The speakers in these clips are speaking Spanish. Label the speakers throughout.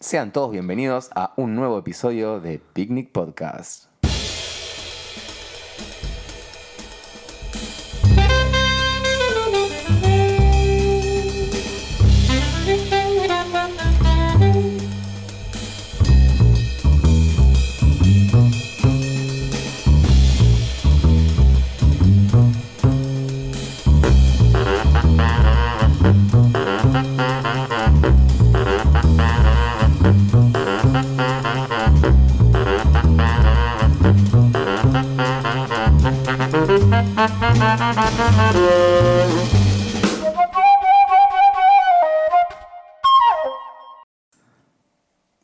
Speaker 1: Sean todos bienvenidos a un nuevo episodio de Picnic Podcast.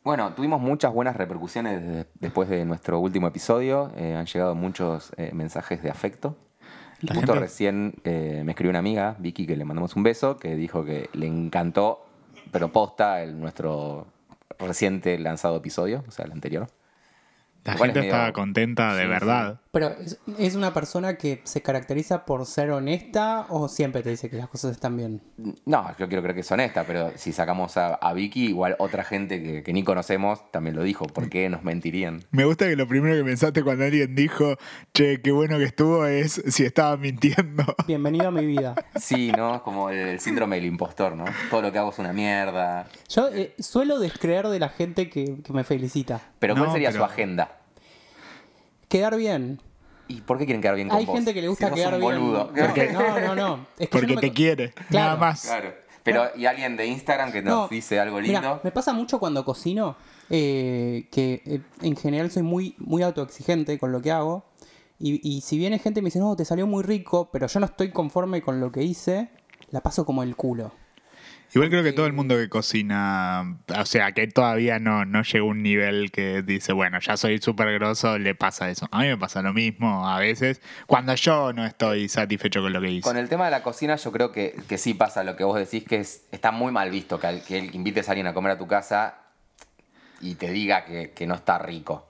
Speaker 1: Bueno, tuvimos muchas buenas repercusiones de- después de nuestro último episodio. Eh, han llegado muchos eh, mensajes de afecto.
Speaker 2: La
Speaker 1: Justo
Speaker 2: gente-
Speaker 1: recién eh, me escribió una amiga, Vicky, que le mandamos un beso, que dijo que le encantó, pero posta, el, nuestro reciente lanzado episodio, o sea, el anterior.
Speaker 2: La
Speaker 1: Igual
Speaker 2: gente
Speaker 1: es medio-
Speaker 2: estaba contenta de
Speaker 1: Sí,
Speaker 2: verdad.
Speaker 3: Pero ¿es, es una persona que se caracteriza por ser honesta o siempre te dice que las cosas están bien.
Speaker 1: No, yo quiero creer que es honesta, pero si sacamos a, a Vicky, igual otra gente que, que ni conocemos también lo dijo. ¿Por qué nos mentirían?
Speaker 2: Me gusta que lo primero que pensaste cuando alguien dijo, che, qué bueno que estuvo, es si estaba mintiendo.
Speaker 3: Bienvenido a mi vida.
Speaker 1: Sí, ¿no? Es como el síndrome del impostor, ¿no? Todo lo que hago es una mierda.
Speaker 3: Yo eh, suelo descreer de la gente que, que me felicita.
Speaker 1: Pero ¿cuál
Speaker 2: No,
Speaker 1: sería su
Speaker 2: pero-
Speaker 1: agenda?
Speaker 3: Quedar bien.
Speaker 1: ¿Y por qué quieren quedar bien con
Speaker 3: Hay
Speaker 1: vos?
Speaker 3: gente que le gusta
Speaker 1: si sos
Speaker 3: quedar
Speaker 1: un
Speaker 3: bien.
Speaker 1: boludo.
Speaker 3: Porque- No, no, no. Es que yo
Speaker 2: Porque
Speaker 3: no me
Speaker 2: te
Speaker 3: co-
Speaker 2: quiere, nada
Speaker 3: Claro.
Speaker 2: más.
Speaker 1: Claro. Pero, ¿y alguien de Instagram que nos
Speaker 3: No,
Speaker 1: dice algo
Speaker 3: mirá,
Speaker 1: lindo?
Speaker 3: me pasa mucho cuando cocino, eh, que eh, en general soy muy, muy autoexigente con lo que hago. Y, y si viene gente y me dice, no, te salió muy rico, pero yo no estoy conforme con lo que hice, la paso como el culo.
Speaker 2: Igual creo que todo el mundo que cocina, o sea, que todavía no, no llegó a un nivel que dice, bueno, ya soy súper grosso, le pasa eso. A mí me pasa lo mismo a veces, cuando yo no estoy satisfecho con lo que hice.
Speaker 1: Con el tema de la cocina, yo creo que, que sí pasa lo que vos decís, que es, está muy mal visto que, al- que el- que invites a alguien a comer a tu casa y te diga que, que no está rico.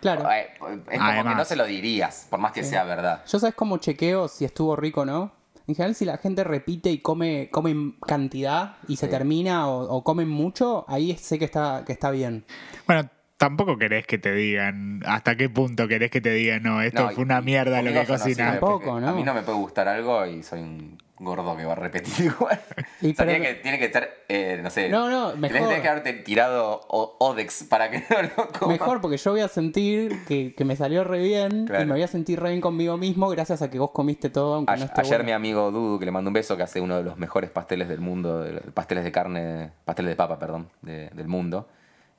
Speaker 3: Claro.
Speaker 1: Eh, Es como que
Speaker 2: Además.
Speaker 1: no se lo dirías, por más que sea verdad.
Speaker 3: Yo sabes cómo chequeo si estuvo rico o no. En general, si la gente repite y come, come en cantidad y se
Speaker 1: Sí.
Speaker 3: termina o, o comen mucho, ahí sé que está, que está bien.
Speaker 2: Bueno, tampoco querés que te digan, hasta qué punto querés que te digan, no, esto
Speaker 1: No,
Speaker 2: fue
Speaker 1: y-
Speaker 2: una mierda lo
Speaker 1: conmigo
Speaker 2: que
Speaker 1: yo no sirve,
Speaker 2: cocinaste.
Speaker 3: Tampoco,
Speaker 1: porque
Speaker 3: ¿no?
Speaker 1: A mí no me puede gustar algo y soy un gordo que va a repetir igual.
Speaker 3: Y
Speaker 1: o sea,
Speaker 3: pero-
Speaker 1: tiene, que, tiene que estar, eh, no sé.
Speaker 3: No, no,
Speaker 1: tenés-
Speaker 3: mejor.
Speaker 1: Tenés que haberte tirado o- Odex para que no lo comas.
Speaker 3: Mejor porque yo voy a sentir que, que me salió re bien
Speaker 1: Claro.
Speaker 3: y me voy a sentir re bien conmigo mismo gracias a que vos comiste todo, aunque no
Speaker 1: Ayer,
Speaker 3: esté
Speaker 1: ayer mi
Speaker 3: bueno.
Speaker 1: amigo Dudu, que le mando un beso, que hace uno de los mejores pasteles del mundo, de los- pasteles de carne, pasteles de papa, perdón, de- del mundo,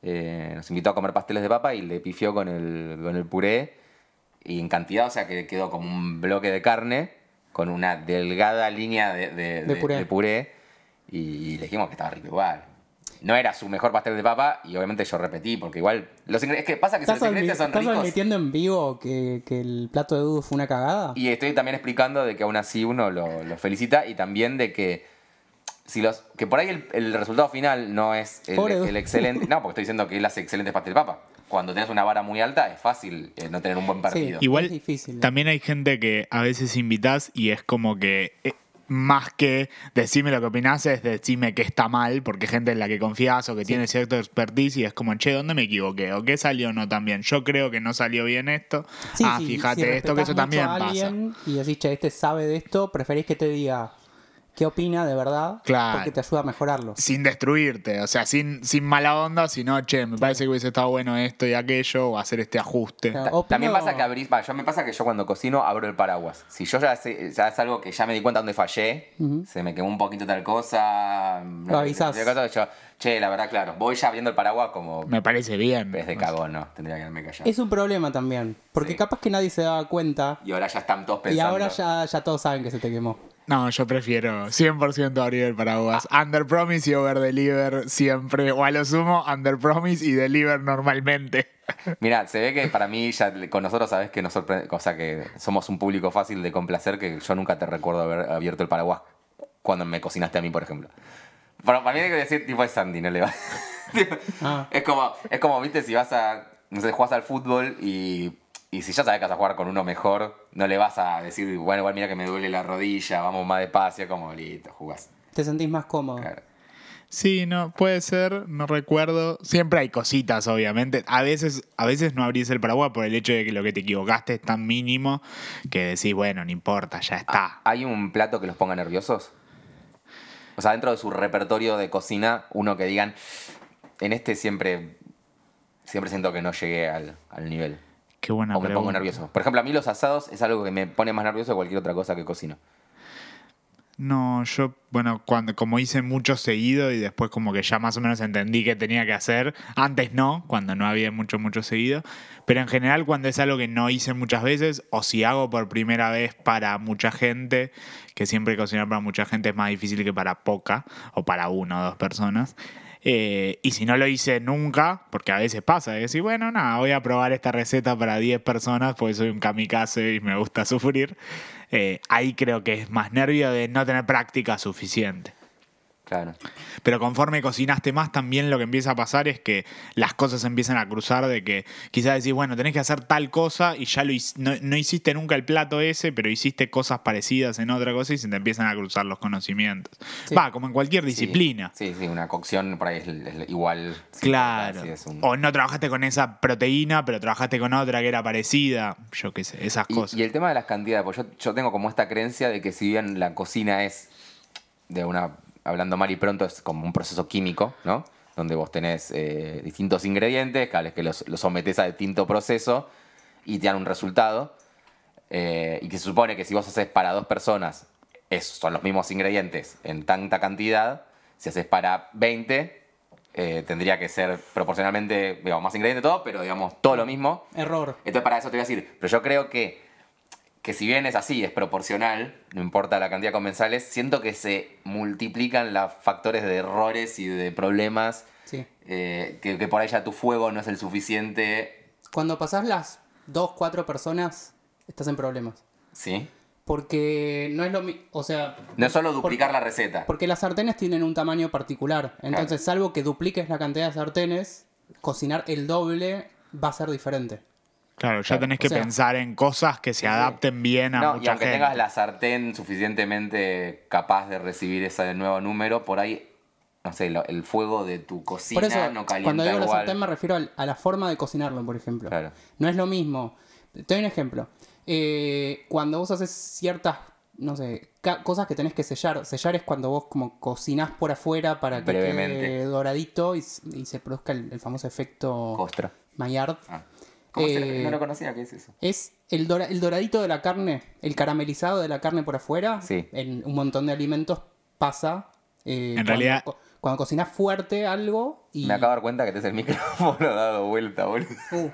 Speaker 1: eh, nos invitó a comer pasteles de papa y le pifió con el, con el puré y en cantidad, o sea que quedó como un bloque de carne con una delgada línea de, de-
Speaker 3: De
Speaker 1: de-
Speaker 3: puré.
Speaker 1: de puré, y, y le dijimos que estaba rico igual. No era su mejor pastel de papa y obviamente yo repetí porque igual los ingre- es que pasa que si los
Speaker 3: ¿Estás, admi-
Speaker 1: ingredientes son
Speaker 3: estás
Speaker 1: ricos
Speaker 3: admitiendo en vivo que, que el plato de Dudu fue una cagada?
Speaker 1: y estoy también explicando de que aún así uno lo, lo felicita y también de que si los que por ahí el, el resultado final no es el,
Speaker 3: Pobre Edu.
Speaker 1: el excelente. No, porque estoy diciendo que él hace excelentes pastel papa. Cuando tenés una vara muy alta es fácil eh, no tener un buen partido.
Speaker 3: Y-
Speaker 2: Igual
Speaker 3: Es difícil.
Speaker 2: también hay gente que a veces invitas y es como que eh, más que decime lo que opinás es decime que está mal, porque hay gente en la que confías o que tiene cierta expertise y es como, che, ¿dónde me equivoqué? ¿O qué salió no tan bien? Yo creo que no salió bien esto.
Speaker 3: Sí,
Speaker 2: ah,
Speaker 3: sí,
Speaker 2: fíjate
Speaker 3: si
Speaker 2: esto, que
Speaker 3: respetás
Speaker 2: eso
Speaker 3: mucho
Speaker 2: también
Speaker 3: a
Speaker 2: pasa.
Speaker 3: alguien Y decís, che, este sabe de esto, preferís que te diga qué opina de verdad
Speaker 2: Claro.
Speaker 3: porque te ayuda a mejorarlo.
Speaker 2: Sin destruirte, o sea, sin, sin mala onda, sino, che, me parece que hubiese estado bueno esto y aquello, o hacer este ajuste.
Speaker 3: Claro.
Speaker 1: Ta-
Speaker 3: opino-
Speaker 1: También pasa que abrís, va, yo me pasa que yo cuando cocino abro el paraguas. Si yo ya, sé- ya es algo que ya me di cuenta donde fallé, se me quemó un poquito tal cosa, no,
Speaker 3: avisás.
Speaker 1: tal cosa, yo, che, la verdad, claro, voy ya abriendo el paraguas como
Speaker 2: Me parece bien.
Speaker 1: es de cagón, ¿no? Tendría que haberme callado.
Speaker 3: Es un problema también, porque
Speaker 1: Sí.
Speaker 3: capaz que nadie se daba cuenta
Speaker 1: Y ahora ya están todos
Speaker 3: y
Speaker 1: pensando.
Speaker 3: ahora ya, ya todos saben que se te quemó.
Speaker 2: No, yo prefiero 100% abrir el paraguas. Under promise y over deliver siempre. O a lo sumo, under promise y deliver normalmente.
Speaker 1: Mira, se ve que para mí ya le- con nosotros sabes que nos sorprende, o sea que somos un público fácil de complacer que yo nunca te recuerdo haber abierto el paraguas cuando me cocinaste a mí, por ejemplo. Pero para mí hay que decir tipo es Sandy, no le va. Tipo,
Speaker 3: Ah.
Speaker 1: es como es como viste si vas a no sé, jugás al fútbol y y si ya sabes que vas a jugar con uno mejor, no le vas a decir, bueno, igual mira que me duele la rodilla, vamos más despacio, como listo, jugás.
Speaker 3: Ah. Te sentís más cómodo.
Speaker 1: Claro.
Speaker 2: Sí, no, puede ser, no recuerdo. Siempre hay cositas, obviamente. A veces, a veces no abrís el paraguas por el hecho de que lo que te equivocaste es tan mínimo que decís, bueno, no importa, ya está.
Speaker 1: Ah, ¿Hay un plato que los ponga nerviosos? O sea, dentro de su repertorio de cocina, uno que digan, en este siempre, siempre siento que no llegué al, al nivel.
Speaker 2: Qué buena
Speaker 1: o me pongo
Speaker 2: pregunta.
Speaker 1: nervioso. Por ejemplo, a mí los asados es algo que me pone más nervioso que cualquier otra cosa que cocino.
Speaker 2: No, yo, bueno, cuando, como hice mucho seguido y después como que ya más o menos entendí qué tenía que hacer, antes no, cuando no había mucho, mucho seguido, pero en general cuando es algo que no hice muchas veces o si hago por primera vez para mucha gente, que siempre cocinar para mucha gente es más difícil que para poca o para una o dos personas. eh, y si no lo hice nunca, porque a veces pasa, de decir, bueno, nada, voy a probar esta receta para 10 personas porque soy un kamikaze y me gusta sufrir. Eh, ahí creo que es más nervio de no tener práctica suficiente.
Speaker 1: Claro.
Speaker 2: Pero conforme cocinaste más, también lo que empieza a pasar es que las cosas empiezan a cruzar de que quizás decís, bueno, tenés que hacer tal cosa y ya lo hic- no, no hiciste nunca el plato ese, pero hiciste cosas parecidas en otra cosa y se te empiezan a cruzar los conocimientos.
Speaker 3: Sí.
Speaker 2: Va, como en cualquier
Speaker 1: Sí.
Speaker 2: disciplina.
Speaker 1: Sí, sí, una cocción por ahí es, es igual. sí,
Speaker 2: Claro.
Speaker 1: sí, es un-
Speaker 2: O no trabajaste con esa proteína, pero trabajaste con otra que era parecida. Yo qué sé, esas
Speaker 1: Y-
Speaker 2: cosas.
Speaker 1: Y, el tema de las cantidades, pues yo, yo tengo como esta creencia de que si bien la cocina es, de una, hablando mal y pronto, es como un proceso químico, ¿no? Donde vos tenés eh, distintos ingredientes, cada vez que los, los sometés a distinto proceso y te dan un resultado. eh, y que se supone que si vos haces para dos personas, es- son los mismos ingredientes en tanta cantidad. Si haces para 20, eh, tendría que ser proporcionalmente, digamos, más ingredientes todo, pero digamos, todo lo mismo.
Speaker 3: Error.
Speaker 1: Entonces, para eso te voy a decir, pero yo creo que, que si bien es así, es proporcional, no importa la cantidad de comensales, siento que se multiplican los factores de errores y de problemas,
Speaker 3: Sí.
Speaker 1: eh, que, que por ahí ya tu fuego no es el suficiente,
Speaker 3: Cuando pasás las dos, cuatro personas, estás en problemas.
Speaker 1: ¿sí?
Speaker 3: Porque no es lo mismo. O sea.
Speaker 1: No es solo duplicar la receta.
Speaker 3: Porque las sartenes tienen un tamaño particular. Entonces, salvo que dupliques la cantidad de sartenes, cocinar el doble va a ser diferente.
Speaker 2: Claro, ya tenés que
Speaker 3: o sea-
Speaker 2: pensar en cosas que se adapten bien a
Speaker 1: No, y
Speaker 2: mucha
Speaker 1: aunque
Speaker 2: gente.
Speaker 1: tengas la sartén suficientemente capaz de recibir ese nuevo número, por ahí, no sé, lo- el fuego de tu cocina
Speaker 3: Por eso,
Speaker 1: no calienta
Speaker 3: cuando digo la
Speaker 1: igual.
Speaker 3: sartén me refiero al- a la forma de cocinarlo, por ejemplo.
Speaker 1: Claro.
Speaker 3: No es lo mismo. Te doy un ejemplo. Eh, cuando vos haces ciertas, no sé, ca- cosas que tenés que sellar. Sellar es cuando vos como cocinás por afuera para que
Speaker 1: Brevemente.
Speaker 3: quede doradito y, s- y se produzca el, el famoso efecto
Speaker 1: Costra.
Speaker 3: Maillard.
Speaker 1: Ah. ¿Cómo se le-
Speaker 3: Eh,
Speaker 1: no lo conocía, ¿qué es eso?
Speaker 3: Es el, dora- el doradito de la carne, el caramelizado de la carne por afuera.
Speaker 1: Sí.
Speaker 3: En un montón de alimentos pasa. eh,
Speaker 2: En
Speaker 3: cuando
Speaker 2: realidad-
Speaker 3: co- Cuando cocinas fuerte algo y...
Speaker 1: Me acabo de dar cuenta que tenés el micrófono dado vuelta, boludo.
Speaker 3: Uh.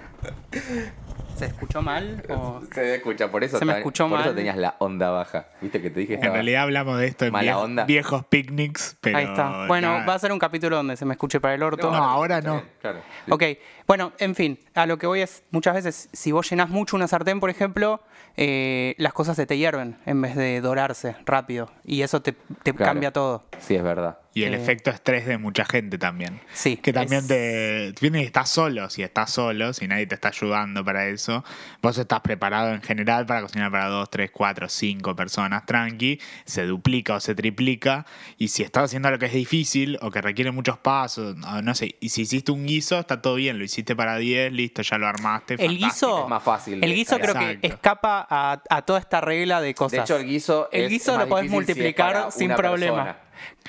Speaker 3: ¿Se escuchó mal? o-
Speaker 1: Se escucha, por eso,
Speaker 3: Se me
Speaker 1: también-
Speaker 3: escuchó
Speaker 1: por eso
Speaker 3: mal. Ah.
Speaker 1: tenías la onda baja. ¿Viste que te dije?
Speaker 2: En
Speaker 1: estaba-
Speaker 2: realidad hablamos de esto en
Speaker 1: Mala
Speaker 2: vie-
Speaker 1: onda.
Speaker 2: viejos picnics, pero...
Speaker 3: Ahí está. Bueno,
Speaker 2: nada.
Speaker 3: va a ser un capítulo donde se me escuche para el orto.
Speaker 2: No, ahora no.
Speaker 1: Claro.
Speaker 3: Ok, bueno, en fin, a lo que voy es, muchas veces, si vos llenás mucho una sartén, por ejemplo, eh, las cosas se te hierven en vez de dorarse rápido. Y eso te, te
Speaker 1: Claro.
Speaker 3: cambia todo.
Speaker 1: Sí, es verdad.
Speaker 2: Y el
Speaker 3: Eh.
Speaker 2: efecto estrés de mucha gente también.
Speaker 3: Sí,
Speaker 2: Que también
Speaker 3: es-
Speaker 2: te... Viene y estás solo, si estás solo, si nadie te está ayudando para eso. Vos estás preparado en general para cocinar para dos, tres, cuatro, cinco personas tranqui. Se duplica o se triplica. Y si estás haciendo lo que es difícil o que requiere muchos pasos, o no sé. Y si hiciste un guiso, está todo bien. Lo hiciste para 10, listo, ya lo armaste.
Speaker 3: El guiso,
Speaker 1: es más fácil
Speaker 3: el
Speaker 1: de
Speaker 3: guiso creo que
Speaker 2: Exacto.
Speaker 3: escapa a, a toda esta regla de cosas.
Speaker 1: De hecho, el guiso
Speaker 3: El
Speaker 1: es
Speaker 3: guiso
Speaker 1: más
Speaker 3: lo podés
Speaker 1: difícil si es
Speaker 3: multiplicar
Speaker 1: para
Speaker 3: sin
Speaker 1: una
Speaker 3: problema.
Speaker 1: persona.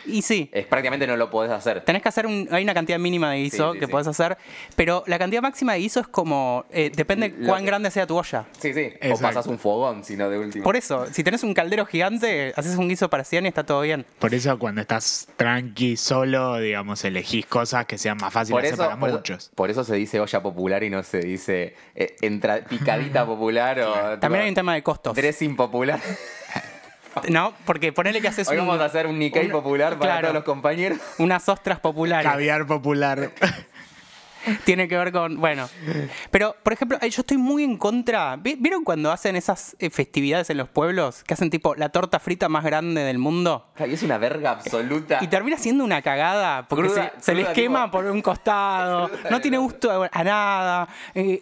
Speaker 3: Y sí,
Speaker 1: Es, prácticamente no lo podés hacer.
Speaker 3: tenés que hacer un, hay una cantidad mínima de guiso
Speaker 1: Sí, sí,
Speaker 3: que
Speaker 1: sí.
Speaker 3: podés hacer, pero la cantidad máxima de guiso es como, eh, depende
Speaker 1: Lo
Speaker 3: cuán
Speaker 1: que-
Speaker 3: grande sea tu olla.
Speaker 1: Sí, sí. O
Speaker 2: Exacto.
Speaker 1: pasás un fogón, si no, de último.
Speaker 3: Por eso, si tenés un caldero gigante, haces un guiso para 100 y está todo bien.
Speaker 2: Por eso cuando estás tranqui, solo, digamos, elegís cosas que sean más fáciles
Speaker 1: Por
Speaker 2: de hacer para
Speaker 1: por,
Speaker 2: muchos.
Speaker 1: por eso se dice olla popular y no se dice eh, entra- picadita popular o
Speaker 3: También hay un
Speaker 1: tipo,
Speaker 3: tema de costos.
Speaker 1: dressing popular.
Speaker 3: No, porque ponele que haces
Speaker 1: Hoy
Speaker 3: un-
Speaker 1: vamos a hacer un Nikkei
Speaker 3: un-
Speaker 1: popular para
Speaker 3: claro,
Speaker 1: todos los compañeros.
Speaker 3: unas ostras populares.
Speaker 2: Caviar popular.
Speaker 3: Tiene que ver con. Bueno. Pero, por ejemplo, eh, yo estoy muy en contra. ¿vi- ¿Vieron cuando hacen esas eh, festividades en los pueblos? Que hacen tipo la torta frita más grande del mundo.
Speaker 1: Ay, es una verga absoluta.
Speaker 3: Y termina siendo una cagada porque
Speaker 1: Cruda,
Speaker 3: se, se les
Speaker 1: cruda,
Speaker 3: quema
Speaker 1: tipo-
Speaker 3: por un costado,
Speaker 1: Cruda
Speaker 3: no
Speaker 1: de
Speaker 3: tiene
Speaker 1: verdad.
Speaker 3: gusto a, a nada. Eh,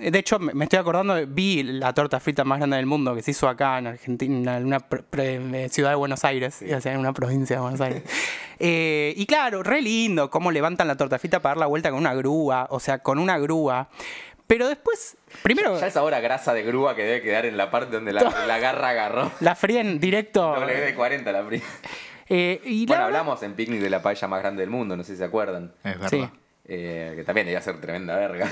Speaker 3: eh, de hecho, me me estoy acordando, vi la torta frita más grande del mundo que se hizo acá en Argentina, en una pr- pr- eh, ciudad de Buenos Aires, o sea, en una provincia de Buenos Aires. Eh, y claro, re lindo cómo levantan la torta frita para dar la vuelta con una grúa, o sea, con una grúa. Pero después, primero,
Speaker 1: Ya es ahora grasa de grúa que debe quedar en la parte donde la, la garra agarró.
Speaker 3: la fríen directo.
Speaker 1: W de 40 la prima.
Speaker 3: Eh, y la
Speaker 1: Bueno,
Speaker 3: verdad-
Speaker 1: hablamos en Picnic de la paella más grande del mundo, no sé si se acuerdan.
Speaker 2: Es verdad.
Speaker 3: Sí.
Speaker 1: Eh, que también debía ser tremenda verga.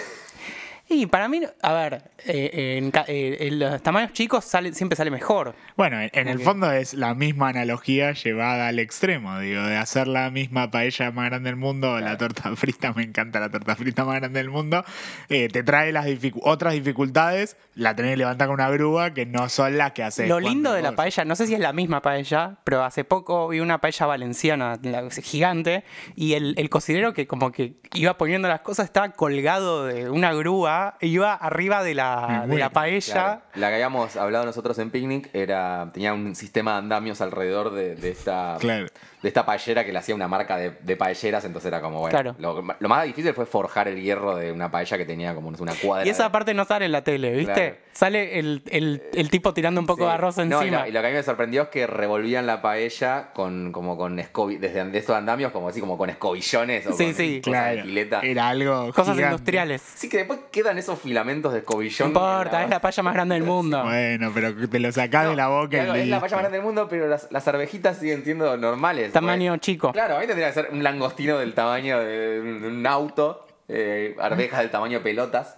Speaker 3: Y para mí, a ver, eh, en, ca- eh, en los tamaños chicos sale, siempre sale mejor.
Speaker 2: Bueno, en, en el fondo es la misma analogía llevada al extremo, digo, de hacer la misma paella más grande del mundo, o la torta frita, me encanta la torta frita más grande del mundo, eh, te trae las dificu- otras dificultades, la tenés que levantar con una grúa que no son las que haces.
Speaker 3: Lo
Speaker 2: cuando
Speaker 3: lindo de la
Speaker 2: vos-
Speaker 3: paella, no sé si es la misma paella, pero hace poco vi una paella valenciana la- gigante y el, el cocinero que como que iba poniendo las cosas estaba colgado de una grúa, e iba arriba de la,
Speaker 2: Me
Speaker 3: de la
Speaker 2: muero,
Speaker 3: paella.
Speaker 1: Claro. La que habíamos hablado nosotros en Picnic era tenía un sistema de andamios alrededor de, de esta
Speaker 2: Claro.
Speaker 1: de esta paellera que le hacía una marca de, de paelleras, entonces era como, bueno,
Speaker 3: Claro.
Speaker 1: lo, lo más difícil fue forjar el hierro de una paella que tenía como no sé, una cuadra.
Speaker 3: Y esa
Speaker 1: de-
Speaker 3: parte no sale en la tele, ¿viste?
Speaker 1: Claro.
Speaker 3: Sale el, el- el tipo tirando un poco de
Speaker 1: Sí.
Speaker 3: arroz
Speaker 1: No,
Speaker 3: encima.
Speaker 1: y lo- y lo que a mí me sorprendió es que revolvían la paella con como con escobi- desde de estos andamios como así como con escobillones o
Speaker 3: Sí,
Speaker 1: con cosas
Speaker 3: sí.
Speaker 1: de
Speaker 2: Claro,
Speaker 1: pileta.
Speaker 2: era algo
Speaker 3: Cosas
Speaker 2: gigante.
Speaker 3: industriales.
Speaker 1: Sí que después quedan esos filamentos de
Speaker 3: No
Speaker 1: escobillón.
Speaker 3: importa, es la paella más grande del mundo.
Speaker 2: Bueno, pero te lo sacás de la boca
Speaker 1: Claro,
Speaker 2: y
Speaker 1: es la
Speaker 2: listo.
Speaker 1: paella más grande del mundo, pero las, las arvejitas siguen siendo normales.
Speaker 3: Tamaño
Speaker 1: güey.
Speaker 3: chico.
Speaker 1: Claro, ahí tendría que ser un langostino del tamaño de un de un auto, eh, arvejas del tamaño de pelotas.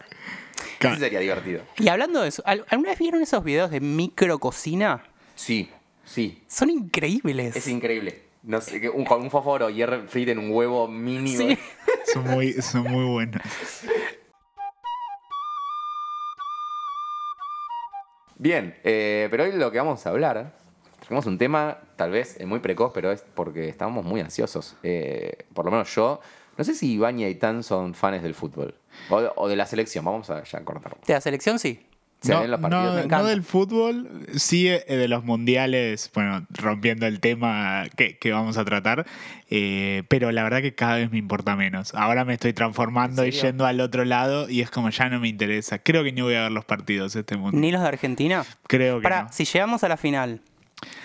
Speaker 2: Ca-
Speaker 1: Sí sería divertido.
Speaker 3: Y hablando de eso, ¿al- ¿alguna vez vieron esos videos de micro cocina?
Speaker 1: Sí, sí.
Speaker 3: Son increíbles.
Speaker 1: Es increíble. No sé, que un, con un fósforo y frito en un huevo mínimo.
Speaker 3: Sí.
Speaker 2: Son muy, son muy buenos.
Speaker 1: Bien, eh, pero hoy lo que vamos a hablar, tenemos un tema tal vez eh, muy precoz, pero es porque estábamos muy ansiosos. Eh, por lo menos yo, no sé si Ibaña y Tan son fans del fútbol o de, o de la selección, vamos a ya cortarlo.
Speaker 3: De la selección sí.
Speaker 1: Se
Speaker 2: no,
Speaker 1: ven los
Speaker 2: no-
Speaker 1: partidos, me
Speaker 2: no
Speaker 1: encanta.
Speaker 2: del fútbol, sí eh, de los mundiales, bueno, rompiendo el tema que, que vamos a tratar, eh, pero la verdad que cada vez me importa menos. Ahora me estoy transformando y yendo al otro lado y es como ya no me interesa. Creo que ni voy a ver los partidos este mundo.
Speaker 3: Ni los de Argentina.
Speaker 2: Creo que
Speaker 3: Para,
Speaker 2: no.
Speaker 3: si llegamos a la final,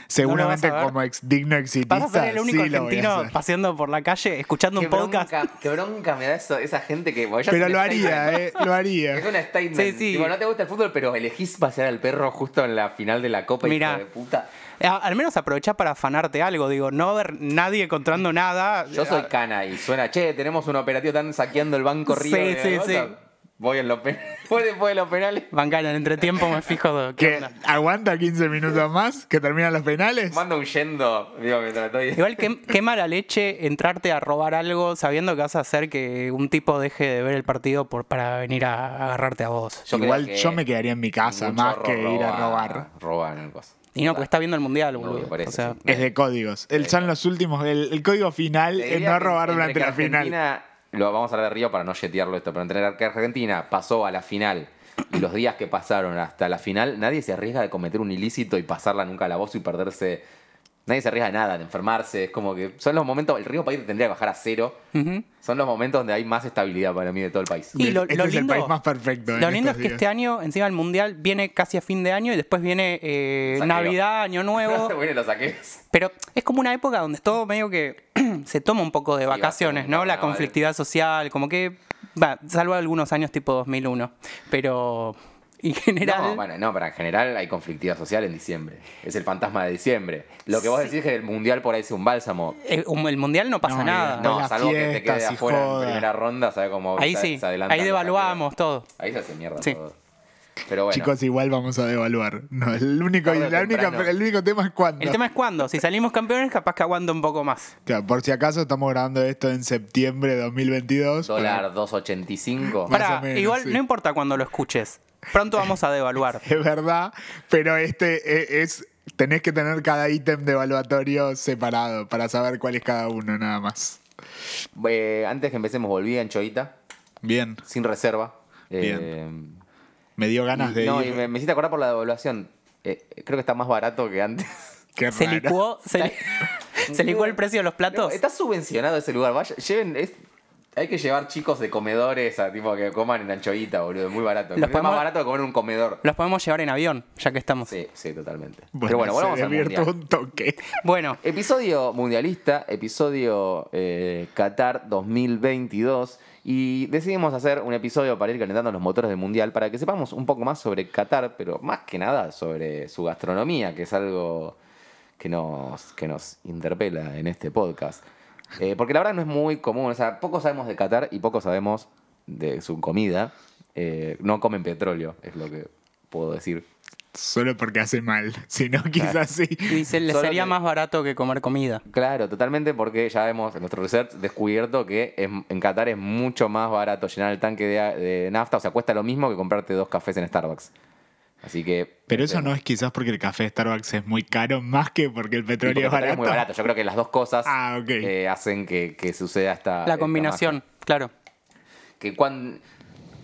Speaker 2: Seguramente
Speaker 3: no lo vas a ver.
Speaker 2: como ex, digno exitista,
Speaker 3: vas a ser el único
Speaker 2: sí lo voy a
Speaker 3: argentino
Speaker 2: hacer.
Speaker 3: paseando por la calle escuchando
Speaker 1: Qué
Speaker 3: un podcast.
Speaker 1: bronca, qué bronca me da eso- esa gente que... bueno, ya
Speaker 2: Pero
Speaker 1: es un
Speaker 2: lo
Speaker 1: statement.
Speaker 2: haría, eh, lo haría.
Speaker 1: Es un statement.
Speaker 3: Sí, sí.
Speaker 1: Tipo, no te gusta el fútbol, pero elegís pasear al perro justo en la final de la Copa,
Speaker 3: Mirá.
Speaker 1: hijo de puta.
Speaker 3: A- Al menos aprovechá para afanarte algo, digo, no haber nadie encontrando nada.
Speaker 1: Yo
Speaker 2: Ah.
Speaker 1: soy cana y suena, che, tenemos un operativo, están saqueando el banco
Speaker 3: Sí,
Speaker 1: Río. de
Speaker 3: sí,
Speaker 1: Mendoza".
Speaker 3: sí.
Speaker 1: Voy en los penales. Voy después de los penales.
Speaker 3: Banca, en el entretiempo me fijo de qué
Speaker 2: Que
Speaker 3: onda.
Speaker 2: aguanta 15 minutos más, que terminan los penales.
Speaker 1: Mando huyendo. Digo, mientras estoy.
Speaker 3: Igual que, qué mala leche entrarte a robar algo sabiendo que vas a hacer que un tipo deje de ver el partido por, para venir a, agarrarte a vos.
Speaker 1: Yo creo
Speaker 2: Igual
Speaker 1: que
Speaker 2: yo me quedaría en mi casa
Speaker 1: ningún
Speaker 2: más
Speaker 1: chorro
Speaker 2: que ir a
Speaker 1: roba-
Speaker 2: robar.
Speaker 1: Robar en cosas.
Speaker 3: Y no, porque está viendo el mundial, boludo.
Speaker 1: Obvio, por eso,
Speaker 3: o sea,
Speaker 1: sí.
Speaker 2: Es de códigos. El, son los últimos. El, el código final
Speaker 1: Te
Speaker 2: es
Speaker 1: diría
Speaker 2: no
Speaker 1: que
Speaker 2: robar
Speaker 1: entre
Speaker 2: durante
Speaker 1: que
Speaker 2: la final.
Speaker 1: Argentina, lo vamos a hablar de Río para no jetearlo esto, pero entre que Argentina pasó a la final y los días que pasaron hasta la final, nadie se arriesga de cometer un ilícito y pasarla nunca a la voz y perderse. Nadie se arriesga de nada, de enfermarse. Es como que son los momentos. El Río País tendría que bajar a cero. Son los momentos donde hay más estabilidad para mí de todo el país.
Speaker 3: Y lo,
Speaker 2: Este
Speaker 3: lo
Speaker 2: es el
Speaker 3: lindo,
Speaker 2: país más perfecto en
Speaker 3: Lo lindo es
Speaker 2: estos
Speaker 3: que
Speaker 2: días.
Speaker 3: este año, encima el mundial, viene casi a fin de año y después viene eh,
Speaker 1: Saqueo.
Speaker 3: Navidad, Año Nuevo.
Speaker 1: bueno, lo saqué.
Speaker 3: Pero es como una época donde todo medio que se toma un poco de
Speaker 1: va a ser
Speaker 3: vacaciones,
Speaker 1: un
Speaker 3: ¿no? La
Speaker 1: carnaval.
Speaker 3: conflictividad social, como que. Va, salvo algunos años tipo 2001. Pero. En general.
Speaker 1: No, bueno, no, pero en general hay conflictividad social en diciembre. Es el fantasma de diciembre. Lo que vos decís que el mundial por ahí es un bálsamo.
Speaker 3: El, eh, el mundial no pasa
Speaker 2: No, y
Speaker 3: nada.
Speaker 2: después
Speaker 1: No,
Speaker 2: las
Speaker 1: salvo que te
Speaker 2: fiestas
Speaker 1: quedes
Speaker 2: y
Speaker 1: afuera
Speaker 2: joda.
Speaker 1: en primera ronda, ¿sabes cómo
Speaker 3: ahí
Speaker 1: se-
Speaker 3: sí.
Speaker 1: se adelantan
Speaker 3: Ahí
Speaker 1: los
Speaker 3: devaluamos todo.
Speaker 1: partidos. Ahí se hace mierda
Speaker 3: Sí.
Speaker 1: todo. Pero bueno.
Speaker 2: Chicos, igual vamos a devaluar. No, el, único,
Speaker 1: Tarde o
Speaker 2: la única-
Speaker 1: temprano.
Speaker 2: el único tema es cuándo.
Speaker 3: El tema es cuándo. Si salimos campeones, capaz que aguanta un poco más.
Speaker 2: Claro, por si acaso estamos grabando esto en septiembre de 2022.
Speaker 1: dólar 2.85.
Speaker 2: Más
Speaker 3: Pará,
Speaker 2: o menos,
Speaker 3: igual
Speaker 2: sí.
Speaker 3: no importa cuándo lo escuches. Pronto vamos a devaluar.
Speaker 2: pero Es verdad, pero este e- es. Tenés que tener cada ítem de evaluatorio separado para saber cuál es cada uno, nada más.
Speaker 1: Eh, antes que empecemos, volví a Anchoita.
Speaker 2: Bien.
Speaker 1: sin reserva.
Speaker 2: Bien.
Speaker 1: Eh,
Speaker 2: Me dio ganas
Speaker 1: y-
Speaker 2: de
Speaker 1: no,
Speaker 2: ir.
Speaker 1: y me, me hiciste acordar por la devaluación. Eh, creo que está más barato que antes.
Speaker 2: Qué
Speaker 3: Se
Speaker 2: raro.
Speaker 3: licuó, se, li- se licuó el precio de los
Speaker 1: No,
Speaker 3: platos.
Speaker 1: está subvencionado ese lugar. Vaya, lleven. es- hay que llevar chicos de comedores a tipo que coman en anchoita, boludo. Es muy barato.
Speaker 3: Los
Speaker 1: es
Speaker 3: podemos-
Speaker 1: más barato que comer en un comedor.
Speaker 3: Los podemos llevar en avión, ya que estamos.
Speaker 1: Sí, sí, totalmente.
Speaker 2: Bueno,
Speaker 1: Pero bueno,
Speaker 2: se
Speaker 1: volvamos al
Speaker 2: divierte
Speaker 1: mundial.
Speaker 2: un toque.
Speaker 3: Bueno,
Speaker 1: Episodio mundialista, episodio eh, Qatar 2022 y decidimos hacer un episodio para ir calentando los motores del mundial para que sepamos un poco más sobre Qatar, pero más que nada sobre su gastronomía, que es algo que nos, que nos interpela en este podcast. Eh, porque la verdad no es muy común, o sea, poco sabemos de Qatar y poco sabemos de su comida. Eh, no comen petróleo, es lo que puedo decir.
Speaker 2: Solo porque hace mal. Si no, quizás sí.
Speaker 3: y se le
Speaker 1: Eh, Solo
Speaker 3: sería
Speaker 1: que-
Speaker 3: más barato que comer comida.
Speaker 1: Claro, totalmente, porque ya hemos en nuestro research descubierto que en, en Qatar es mucho más barato llenar el tanque de, a- de nafta, o sea, cuesta lo mismo que comprarte dos cafés en Starbucks. Así que. este,
Speaker 2: Pero eso no es quizás porque el café de Starbucks es muy caro, más que porque el
Speaker 1: Y porque
Speaker 2: petróleo es
Speaker 1: Qatar
Speaker 2: barato.
Speaker 1: es muy barato. Yo creo que las dos cosas
Speaker 2: Ah, ok.
Speaker 1: eh, hacen que, que suceda esta. esta
Speaker 3: La combinación, claro.
Speaker 1: magia. Que cuán-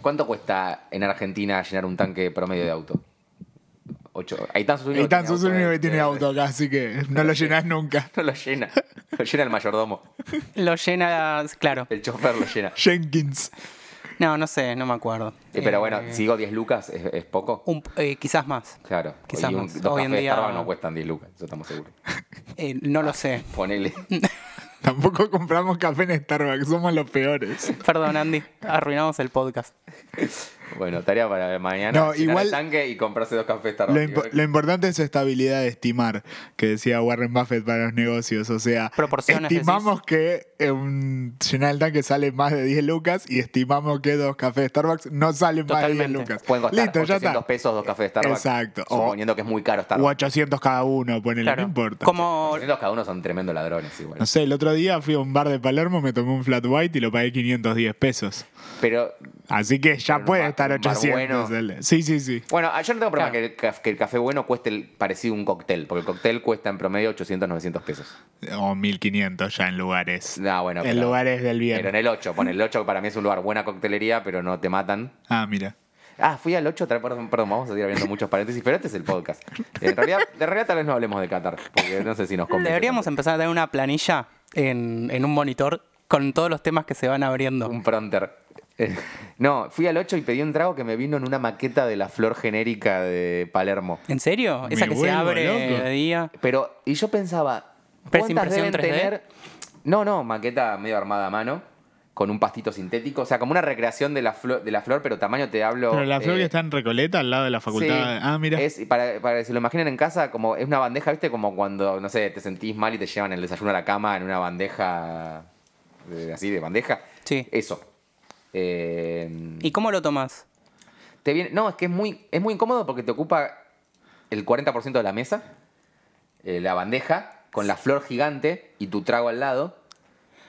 Speaker 1: ¿Cuánto cuesta en Argentina llenar un tanque promedio de auto? Ocho. Aitán Zúñiga
Speaker 2: Y tan
Speaker 1: tiene
Speaker 2: sos el
Speaker 1: auto eh,
Speaker 2: único
Speaker 1: de-
Speaker 2: que tiene
Speaker 1: de-
Speaker 2: auto acá, así que no lo llenás nunca.
Speaker 1: No lo llena. Lo llena el mayordomo.
Speaker 3: Lo llena, claro.
Speaker 1: El chofer lo llena.
Speaker 2: Jenkins.
Speaker 3: No, no sé, no me acuerdo.
Speaker 1: Eh, Pero bueno,
Speaker 3: Eh,
Speaker 1: si digo 10 lucas, ¿es, es poco?
Speaker 3: un- eh, quizás más.
Speaker 1: Claro.
Speaker 3: Quizás
Speaker 1: y un-
Speaker 3: más.
Speaker 1: dos
Speaker 3: Hoy en
Speaker 1: cafés de
Speaker 3: día-
Speaker 1: Starbucks no cuestan 10 lucas, eso estamos seguros.
Speaker 3: Eh, no lo sé.
Speaker 1: Ponele.
Speaker 2: Tampoco compramos café en Starbucks, somos los peores.
Speaker 3: Perdón, Andy. Arruinamos el podcast.
Speaker 1: Bueno, tarea para mañana.
Speaker 2: No,
Speaker 1: llenar
Speaker 2: igual-
Speaker 1: el tanque y comprarse dos cafés
Speaker 2: Lo,
Speaker 1: Starbucks.
Speaker 2: impo- lo importante es su estabilidad de estimar, que decía Warren Buffett para los negocios. O sea,
Speaker 3: Proporciones,
Speaker 2: estimamos que eh, un llenar el tanque sale más de 10 lucas y estimamos que dos cafés de Starbucks no salen más de 10
Speaker 3: Totalmente.
Speaker 2: lucas.
Speaker 1: Pueden costar
Speaker 2: Listo, ya
Speaker 1: 800
Speaker 2: está.
Speaker 1: pesos dos cafés de Starbucks.
Speaker 2: Exacto. O-
Speaker 1: Suponiendo que es muy caro
Speaker 2: O
Speaker 1: Starbucks.
Speaker 2: 800 cada uno, ponele,
Speaker 3: Claro.
Speaker 2: no importa.
Speaker 3: Como
Speaker 1: 800 cada uno son tremendos ladrones igual.
Speaker 2: No sé, el otro día fui a un bar de Palermo, me tomé un flat white y lo pagué 510 pesos.
Speaker 1: Pero
Speaker 2: Así que ya
Speaker 1: Pero un
Speaker 2: puede
Speaker 1: bar-
Speaker 2: estar
Speaker 1: un bar
Speaker 2: 800.
Speaker 1: bueno.
Speaker 2: el- Sí, sí, sí.
Speaker 1: bueno, ah, yo no tengo problema
Speaker 3: Claro.
Speaker 1: que, el, caf- que el café bueno cueste el- parecido a un cóctel, porque el cóctel cuesta en promedio 800, 900 pesos.
Speaker 2: O 1500 ya en lugares.
Speaker 1: No, bueno,
Speaker 2: en
Speaker 1: pero-
Speaker 2: lugares del bien.
Speaker 1: Pero en el 8, pon el 8 que para mí es un lugar buena coctelería, pero no te matan.
Speaker 2: Ah, mira.
Speaker 1: Ah, fui al 8, tra- perdón, perdón, vamos a seguir abriendo muchos paréntesis, pero este es el podcast. Eh, En realidad, de realidad tal vez no hablemos de Qatar, porque no sé si nos convence.
Speaker 3: deberíamos empezar a tener una planilla en, en un monitor con todos los temas que se van abriendo.
Speaker 1: Un pronter. Eh, No, fui al 8 y pedí un trago que me vino en una maqueta de la flor genérica de Palermo.
Speaker 3: ¿En serio?
Speaker 2: Me
Speaker 3: Esa que se
Speaker 2: vuelvo
Speaker 3: abre
Speaker 2: loco.
Speaker 3: de día.
Speaker 1: Pero, y yo pensaba,
Speaker 3: Pero es
Speaker 1: ¿cuántas deben
Speaker 3: impresión 3D?
Speaker 1: tener? No, no, maqueta medio armada a mano, con un pastito sintético, o sea, como una recreación de la flor, de la flor pero tamaño te hablo...
Speaker 2: Pero la flor
Speaker 1: eh,
Speaker 2: que está en Recoleta, al lado de la facultad.
Speaker 1: Sí.
Speaker 2: ah, mira.
Speaker 1: Es, para, para que se lo imaginen en casa, como es una bandeja, ¿viste? Como cuando, no sé, te sentís mal y te llevan el desayuno a la cama en una bandeja. de- así, de bandeja.
Speaker 3: Sí.
Speaker 1: Eso. Eh,
Speaker 3: ¿Y cómo lo tomas?
Speaker 1: te viene- no, es que es muy, es muy incómodo porque te ocupa el 40% de la mesa, eh, la bandeja, con la flor gigante y tu trago al lado.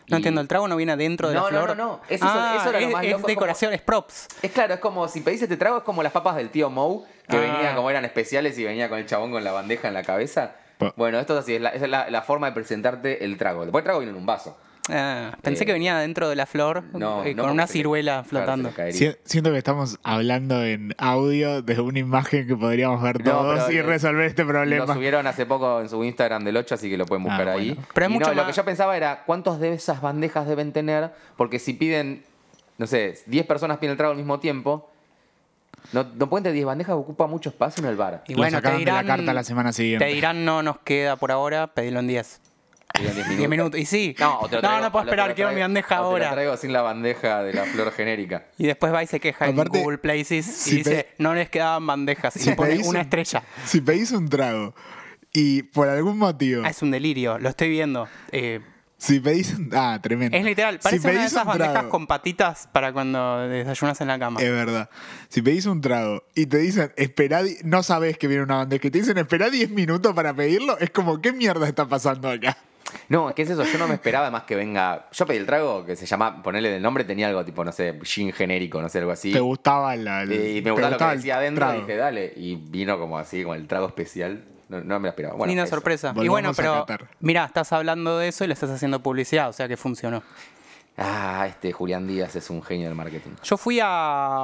Speaker 3: No
Speaker 1: Y-
Speaker 3: entiendo, el trago no viene adentro de la
Speaker 1: No, no, no,
Speaker 3: flor.
Speaker 1: no. Es eso-
Speaker 3: Ah,
Speaker 1: eso era lo
Speaker 3: es-
Speaker 1: más
Speaker 3: es
Speaker 1: loco, es como-
Speaker 3: decoración, es props.
Speaker 1: Es claro, es como si pedís este trago, es como las papas del tío Mou, que
Speaker 3: Ah.
Speaker 1: venía como eran especiales y venía con el chabón con la bandeja en la cabeza.
Speaker 2: Pa-
Speaker 1: Bueno, esto es así, es la, esa es la, la forma de presentarte el trago. Después el trago viene en un vaso.
Speaker 3: Ah, pensé
Speaker 1: Eh,
Speaker 3: que venía adentro de la flor
Speaker 1: No,
Speaker 3: eh,
Speaker 1: no,
Speaker 3: con
Speaker 1: porque
Speaker 3: una
Speaker 1: se le-
Speaker 3: ciruela
Speaker 1: claro,
Speaker 3: flotando.
Speaker 1: se le caería.
Speaker 2: Si- siento que estamos hablando en audio de una imagen que podríamos ver
Speaker 1: No,
Speaker 2: todos
Speaker 1: pero,
Speaker 2: y
Speaker 1: eh,
Speaker 2: resolver este
Speaker 1: Lo
Speaker 2: problema.
Speaker 1: subieron hace poco en su Instagram del 8, así que lo pueden buscar
Speaker 2: Ah,
Speaker 1: ahí.
Speaker 2: bueno.
Speaker 3: Pero es
Speaker 1: Y no,
Speaker 3: mucho
Speaker 1: Lo que
Speaker 3: más-
Speaker 1: yo pensaba era, ¿cuántos de esas bandejas deben tener? Porque si piden, no sé, 10 personas piden el trago al mismo tiempo, no, no pueden tener 10 bandejas, ocupa mucho espacio en el bar.
Speaker 3: Y
Speaker 2: Lo
Speaker 3: bueno, te
Speaker 2: sacaron de la
Speaker 3: dirán,
Speaker 2: carta la semana siguiente.
Speaker 3: Te dirán, no nos queda por ahora, pedilo en 10.
Speaker 1: Piden 10
Speaker 3: 10 minutos. Y sí,
Speaker 1: No, o te lo
Speaker 3: no,
Speaker 1: traigo-
Speaker 3: no puedo
Speaker 1: o lo- te
Speaker 3: esperar,
Speaker 1: lo
Speaker 3: quiero mi
Speaker 1: traigo-
Speaker 3: bandeja
Speaker 1: o Te
Speaker 3: ahora.
Speaker 1: lo traigo sin la bandeja de la flor genérica.
Speaker 3: Y después va y se queja
Speaker 2: Aparte,
Speaker 3: en Google Places y
Speaker 2: si
Speaker 3: dice,
Speaker 2: pe-
Speaker 3: no les quedaban bandejas. Y
Speaker 2: si
Speaker 3: le pone
Speaker 2: pedís
Speaker 3: una
Speaker 2: un-
Speaker 3: estrella.
Speaker 2: Si pedís un trago y por algún motivo.
Speaker 3: Ah, es un delirio, lo estoy viendo. Eh,
Speaker 2: Si pedís un. Ah, tremendo.
Speaker 3: es literal,
Speaker 2: Si
Speaker 3: parece una de
Speaker 2: pedís
Speaker 3: esas
Speaker 2: un
Speaker 3: bandejas
Speaker 2: trago-
Speaker 3: con patitas para cuando desayunas en la cama.
Speaker 2: Es verdad. Si pedís un trago y te dicen, esperá, di- no sabés que viene una bandeja, y te dicen, esperá 10 minutos para pedirlo, es como, ¿qué mierda está pasando acá?
Speaker 1: No, es que es eso, yo no me esperaba más que venga. Yo pedí el trago que se llama, ponerle del nombre, tenía algo tipo, no sé, gin genérico, no sé, algo así.
Speaker 2: Te gustaba la. el-
Speaker 1: y
Speaker 2: te
Speaker 1: me gustaba lo que
Speaker 2: gustaba el
Speaker 1: decía adentro,
Speaker 2: trago.
Speaker 1: dije, dale. Y vino como así, con el trago especial. No, no me lo esperaba. Bueno,
Speaker 3: Linda
Speaker 1: eso.
Speaker 3: sorpresa. Y
Speaker 2: Volvamos
Speaker 3: bueno,
Speaker 2: a
Speaker 3: pero
Speaker 2: Qatar.
Speaker 3: mira, estás hablando de eso y le estás haciendo publicidad, o sea que funcionó.
Speaker 1: Ah, este Julián Díaz es un genio del marketing.
Speaker 3: Yo fui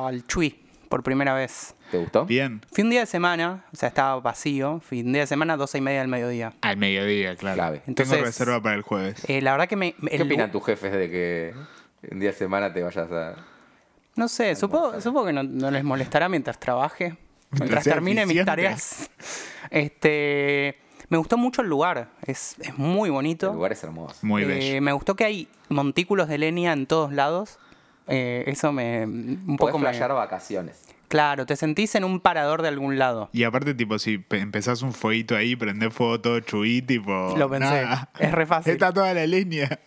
Speaker 3: al Chui por primera vez.
Speaker 1: ¿Te gustó?
Speaker 2: Bien.
Speaker 3: Fui un día de semana, o sea, estaba vacío. Fui un día de semana, 12 y media del mediodía.
Speaker 2: Al mediodía, claro.
Speaker 1: Clave.
Speaker 3: Entonces-
Speaker 2: Tengo reserva para el jueves.
Speaker 3: Eh, la verdad que me.
Speaker 1: ¿Qué opinan tus jefes de que un día de semana te vayas a...
Speaker 3: No sé, supongo, supongo que no, no les molestará mientras trabaje, mientras
Speaker 2: sea
Speaker 3: termine mis
Speaker 2: eficiente.
Speaker 3: tareas. Este, me gustó mucho el lugar, es, es muy bonito.
Speaker 1: El lugar es hermoso.
Speaker 2: Muy
Speaker 3: Eh,
Speaker 2: bello.
Speaker 3: Me gustó que hay montículos de leña en todos lados. Eh, eso me. Un
Speaker 1: Podés
Speaker 3: poco me-
Speaker 1: flashear vacaciones.
Speaker 3: Claro, te sentís en un parador de algún lado.
Speaker 2: Y aparte, tipo, si pe- empezás un fueguito ahí, prendés fuego todo chuí, tipo.
Speaker 3: Lo pensé.
Speaker 2: nada.
Speaker 3: Es re fácil.
Speaker 2: Está toda la línea.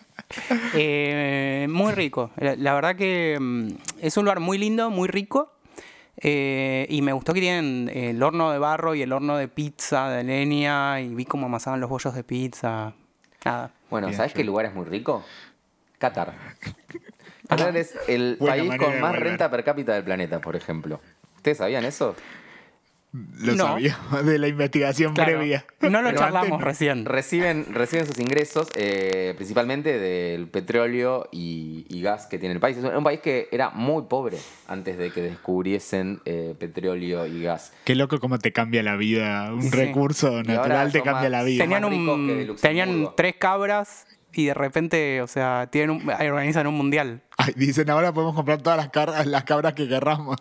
Speaker 3: Eh, muy rico. La, la verdad que mm, es un lugar muy lindo, muy rico. Eh, y me gustó que tienen eh, el horno de barro y el horno de pizza de leña. Y vi cómo amasaban los bollos de pizza. Nada.
Speaker 1: Bueno,
Speaker 2: Bien,
Speaker 1: ¿sabes
Speaker 2: yo-
Speaker 1: qué lugar es muy rico? Qatar. Qatar es el
Speaker 2: Buena
Speaker 1: país
Speaker 2: manera
Speaker 1: con
Speaker 2: de
Speaker 1: más
Speaker 2: volver.
Speaker 1: renta per cápita del planeta, por ejemplo. ¿Ustedes sabían eso?
Speaker 2: Lo
Speaker 3: No.
Speaker 2: sabía de la investigación
Speaker 3: Claro,
Speaker 2: previa.
Speaker 3: No lo
Speaker 2: Pero
Speaker 3: charlamos
Speaker 2: antes no.
Speaker 3: recién.
Speaker 1: Reciben, reciben sus ingresos eh, principalmente del petróleo y, y gas que tiene el país. Es un, un país que era muy pobre antes de que descubriesen eh, petróleo y gas.
Speaker 2: Qué loco cómo te cambia la vida. Un
Speaker 3: Sí.
Speaker 2: recurso
Speaker 1: ahora
Speaker 2: natural te
Speaker 1: son más-
Speaker 2: cambia la vida.
Speaker 3: Tenían,
Speaker 1: más ricos que de
Speaker 3: un,
Speaker 1: Luxemburgo.
Speaker 3: tenían tres cabras y de repente, o sea, tienen un- organizan un mundial.
Speaker 2: Ay, dicen, ahora podemos comprar todas las, car- las cabras que querramos.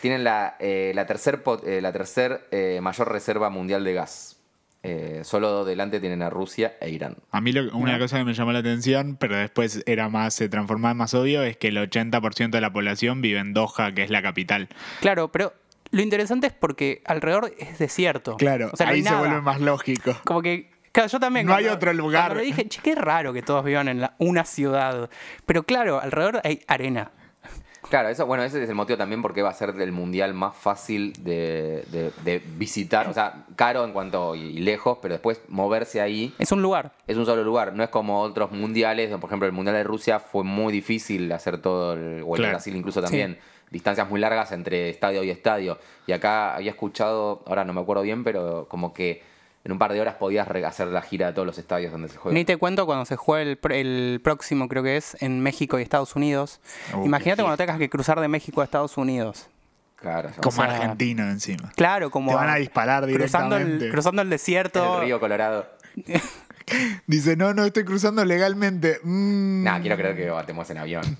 Speaker 1: Tienen la, eh, la tercer, pot- eh, la tercer eh, mayor reserva mundial de gas. Eh, solo delante tienen a Rusia e Irán.
Speaker 2: A mí lo- una cosa que me llamó la atención, pero después era más, se transformaba en más obvio, es que el 80% de la población vive en Doha, que es la capital.
Speaker 3: Claro, pero lo interesante es porque alrededor es desierto.
Speaker 2: Claro,
Speaker 3: O sea, no hay
Speaker 2: ahí se
Speaker 3: nada.
Speaker 2: vuelve más lógico.
Speaker 3: Como que. Claro, yo también.
Speaker 2: No hay otro lugar.
Speaker 3: cuando lo dije, che, qué raro que todos vivan en la- una ciudad. Pero claro, alrededor hay arena.
Speaker 1: Claro, eso, bueno, ese es el motivo también porque va a ser el mundial más fácil de, de- de visitar. O sea, caro en cuanto y, y lejos, pero después moverse ahí
Speaker 3: Es un lugar.
Speaker 1: es un solo lugar. No es como otros mundiales, por ejemplo, el mundial de Rusia fue muy difícil hacer todo, el, o el
Speaker 2: Claro.
Speaker 1: Brasil incluso también. Distancias muy largas entre estadio y estadio. Y acá había escuchado, ahora no me acuerdo bien, pero como que en un par de horas podías re- hacer la gira de todos los estadios donde se juega.
Speaker 3: Ni te cuento cuando se juega el, pr- el próximo, creo que es, en México y Estados Unidos.
Speaker 2: Uh, qué
Speaker 3: Imagínate cuando tengas que cruzar de México a Estados Unidos.
Speaker 1: Claro, ya.
Speaker 2: Como
Speaker 3: sea,
Speaker 2: argentino encima.
Speaker 3: Claro, como.
Speaker 2: Te van a disparar
Speaker 3: cruzando el,
Speaker 2: directamente.
Speaker 3: cruzando el desierto.
Speaker 1: el río Colorado.
Speaker 2: Dice, no, no, estoy cruzando legalmente. Mm.
Speaker 1: Nah, quiero creer que batemos en avión.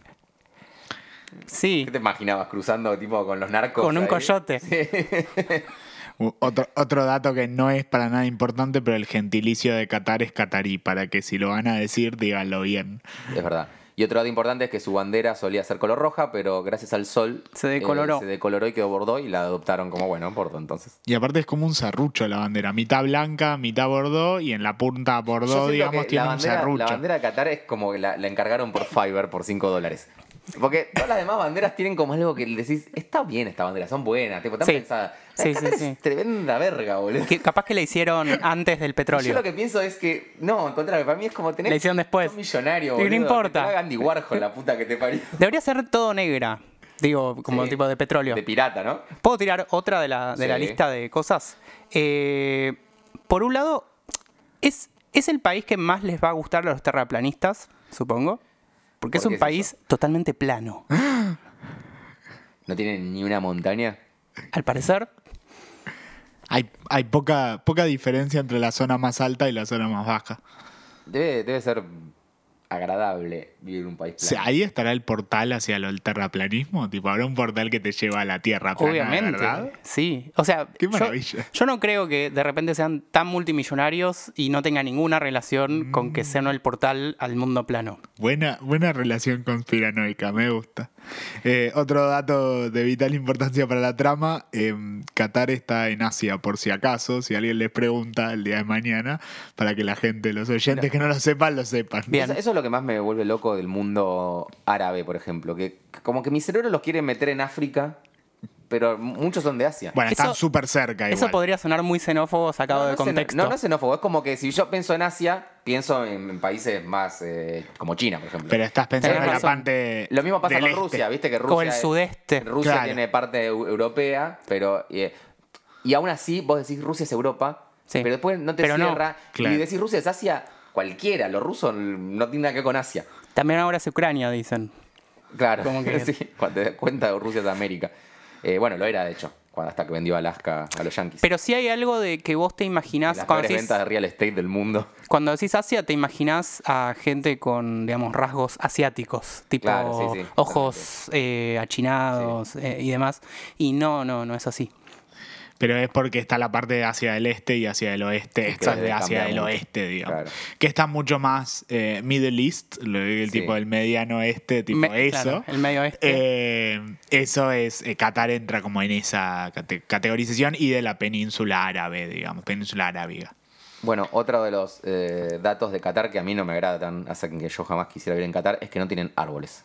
Speaker 3: Sí,
Speaker 1: ¿Qué te eh? imaginabas cruzando tipo con los narcos?
Speaker 3: con un
Speaker 1: ahí?
Speaker 3: coyote.
Speaker 2: U- Otro, otro dato que no es para nada importante, pero el gentilicio de Qatar es catarí, para que si lo van a decir, díganlo bien.
Speaker 1: Es verdad. Y otro dato importante es que su bandera solía ser color roja, pero gracias al sol eh,
Speaker 3: Se decoloró.
Speaker 1: se decoloró y quedó bordó y la adoptaron como bueno, bordo entonces.
Speaker 2: Y aparte es como un serrucho la bandera, mitad blanca, mitad bordó, y en la punta
Speaker 1: Yo
Speaker 2: bordó,
Speaker 1: siento
Speaker 2: digamos,
Speaker 1: que la
Speaker 2: tiene un
Speaker 1: bandera, la
Speaker 2: serrucho.
Speaker 1: bandera de Qatar es como que la, la encargaron por Fiverr por 5 dólares. Porque todas las demás banderas tienen como algo que decís, está bien esta bandera, son buenas, tipo, están
Speaker 3: Sí.
Speaker 1: pensadas. La
Speaker 3: Sí,
Speaker 1: de
Speaker 3: sí,
Speaker 1: Qatar
Speaker 3: sí.
Speaker 1: es tremenda verga, boludo.
Speaker 3: Que capaz que la hicieron antes del
Speaker 1: Yo
Speaker 3: petróleo.
Speaker 1: lo que pienso es que, no, al contrario, para mí es como tener.
Speaker 3: La hicieron después.
Speaker 1: millonario,
Speaker 3: Y no
Speaker 1: boludo.
Speaker 3: importa.
Speaker 1: Que te haga Andy Warhol, la puta que te parió.
Speaker 3: Debería ser todo negra. Digo, como
Speaker 1: Sí.
Speaker 3: tipo de petróleo.
Speaker 1: De pirata, ¿no?
Speaker 3: ¿Puedo tirar otra de la, de la
Speaker 1: Sí.
Speaker 3: lista de cosas? Eh, por un lado, es, es el país que más les va a gustar a los terraplanistas, supongo. Porque es
Speaker 1: ¿Por
Speaker 3: un
Speaker 1: qué es
Speaker 3: país totalmente plano.
Speaker 1: No tiene ni una montaña.
Speaker 3: Al parecer,
Speaker 2: Hay, hay poca, poca diferencia entre la zona más alta y la zona más baja.
Speaker 1: Debe, debe ser agradable vivir en un país
Speaker 2: O sea,
Speaker 1: plano.
Speaker 2: ahí estará el portal hacia lo- el terraplanismo. Tipo, habrá un portal que te lleva a la tierra plana, de
Speaker 3: obviamente.
Speaker 2: ¿verdad?
Speaker 3: Sí. O sea,
Speaker 2: Qué
Speaker 3: yo-
Speaker 2: maravilla.
Speaker 3: Yo, no creo que de repente sean tan multimillonarios y no tenga ninguna relación con
Speaker 1: Mm.
Speaker 3: que sean el portal al mundo plano.
Speaker 2: Buena, buena relación conspiranoica, me gusta. Eh, otro dato de vital importancia para la trama, eh, Qatar está en Asia por si acaso, si alguien les pregunta el día de mañana, para que la gente, los oyentes que no lo sepan, lo sepan.
Speaker 3: Bien.
Speaker 1: Eso, eso es lo que más me vuelve loco del mundo árabe, por ejemplo. Que que como que mi cerebro los quiere meter en África, pero muchos son de Asia.
Speaker 2: Bueno, están
Speaker 3: Eso-
Speaker 2: súper cerca
Speaker 3: Eso
Speaker 2: igual.
Speaker 3: podría sonar muy xenófobo sacado de
Speaker 1: es xeno-
Speaker 3: contexto.
Speaker 1: no, no es xenófobo. Es como que si yo pienso en Asia, pienso en, en países más eh, como China, por ejemplo.
Speaker 2: Pero estás pensando
Speaker 3: Tenés
Speaker 2: en la
Speaker 3: razón.
Speaker 2: parte
Speaker 1: Eh, Lo mismo pasa
Speaker 2: del
Speaker 1: con
Speaker 2: este.
Speaker 1: Rusia, viste que Rusia.
Speaker 3: Como el sudeste.
Speaker 1: Rusia
Speaker 2: Claro.
Speaker 1: tiene parte eu- europea, pero. eh, y aún así, vos decís Rusia es Europa,
Speaker 3: Sí.
Speaker 1: pero después no te
Speaker 3: Pero no.
Speaker 1: cierra.
Speaker 2: Claro.
Speaker 1: Y decís Rusia es Asia, cualquiera. Los rusos no tienen nada que ver con Asia.
Speaker 3: También ahora es Ucrania, dicen.
Speaker 1: Claro,
Speaker 3: Como que-
Speaker 1: sí, cuando te das cuenta, Rusia es América. Eh, bueno, lo era, de hecho, cuando, hasta que vendió Alaska a los yankees.
Speaker 3: Pero sí hay algo de que vos te imaginás
Speaker 1: Las
Speaker 3: cuando
Speaker 1: peores
Speaker 3: decís,
Speaker 1: ventas de real estate del mundo.
Speaker 3: cuando decís Asia, te imaginás a gente con, digamos, rasgos asiáticos, tipo
Speaker 1: Claro, sí, sí,
Speaker 3: ojos eh, achinados eh, y demás. Y no, no, no es así.
Speaker 2: Pero es porque está la parte de Asia del Este y Asia del Oeste. Esta es
Speaker 1: debe
Speaker 2: de Asia
Speaker 1: cambiar
Speaker 2: del
Speaker 1: mucho.
Speaker 2: Oeste, digamos.
Speaker 1: Claro.
Speaker 2: Que está mucho más eh, Middle East, lo- el
Speaker 1: Sí.
Speaker 2: tipo del mediano oeste, tipo
Speaker 3: Me-
Speaker 2: eso.
Speaker 3: claro, el medio este.
Speaker 2: Eh, eso es, eh, Qatar entra como en esa cate- categorización y de la península árabe, digamos, península arábiga.
Speaker 1: Bueno, otro de los eh, datos de Qatar que a mí no me agradan, hacen que yo jamás quisiera vivir en Qatar, es que no tienen árboles.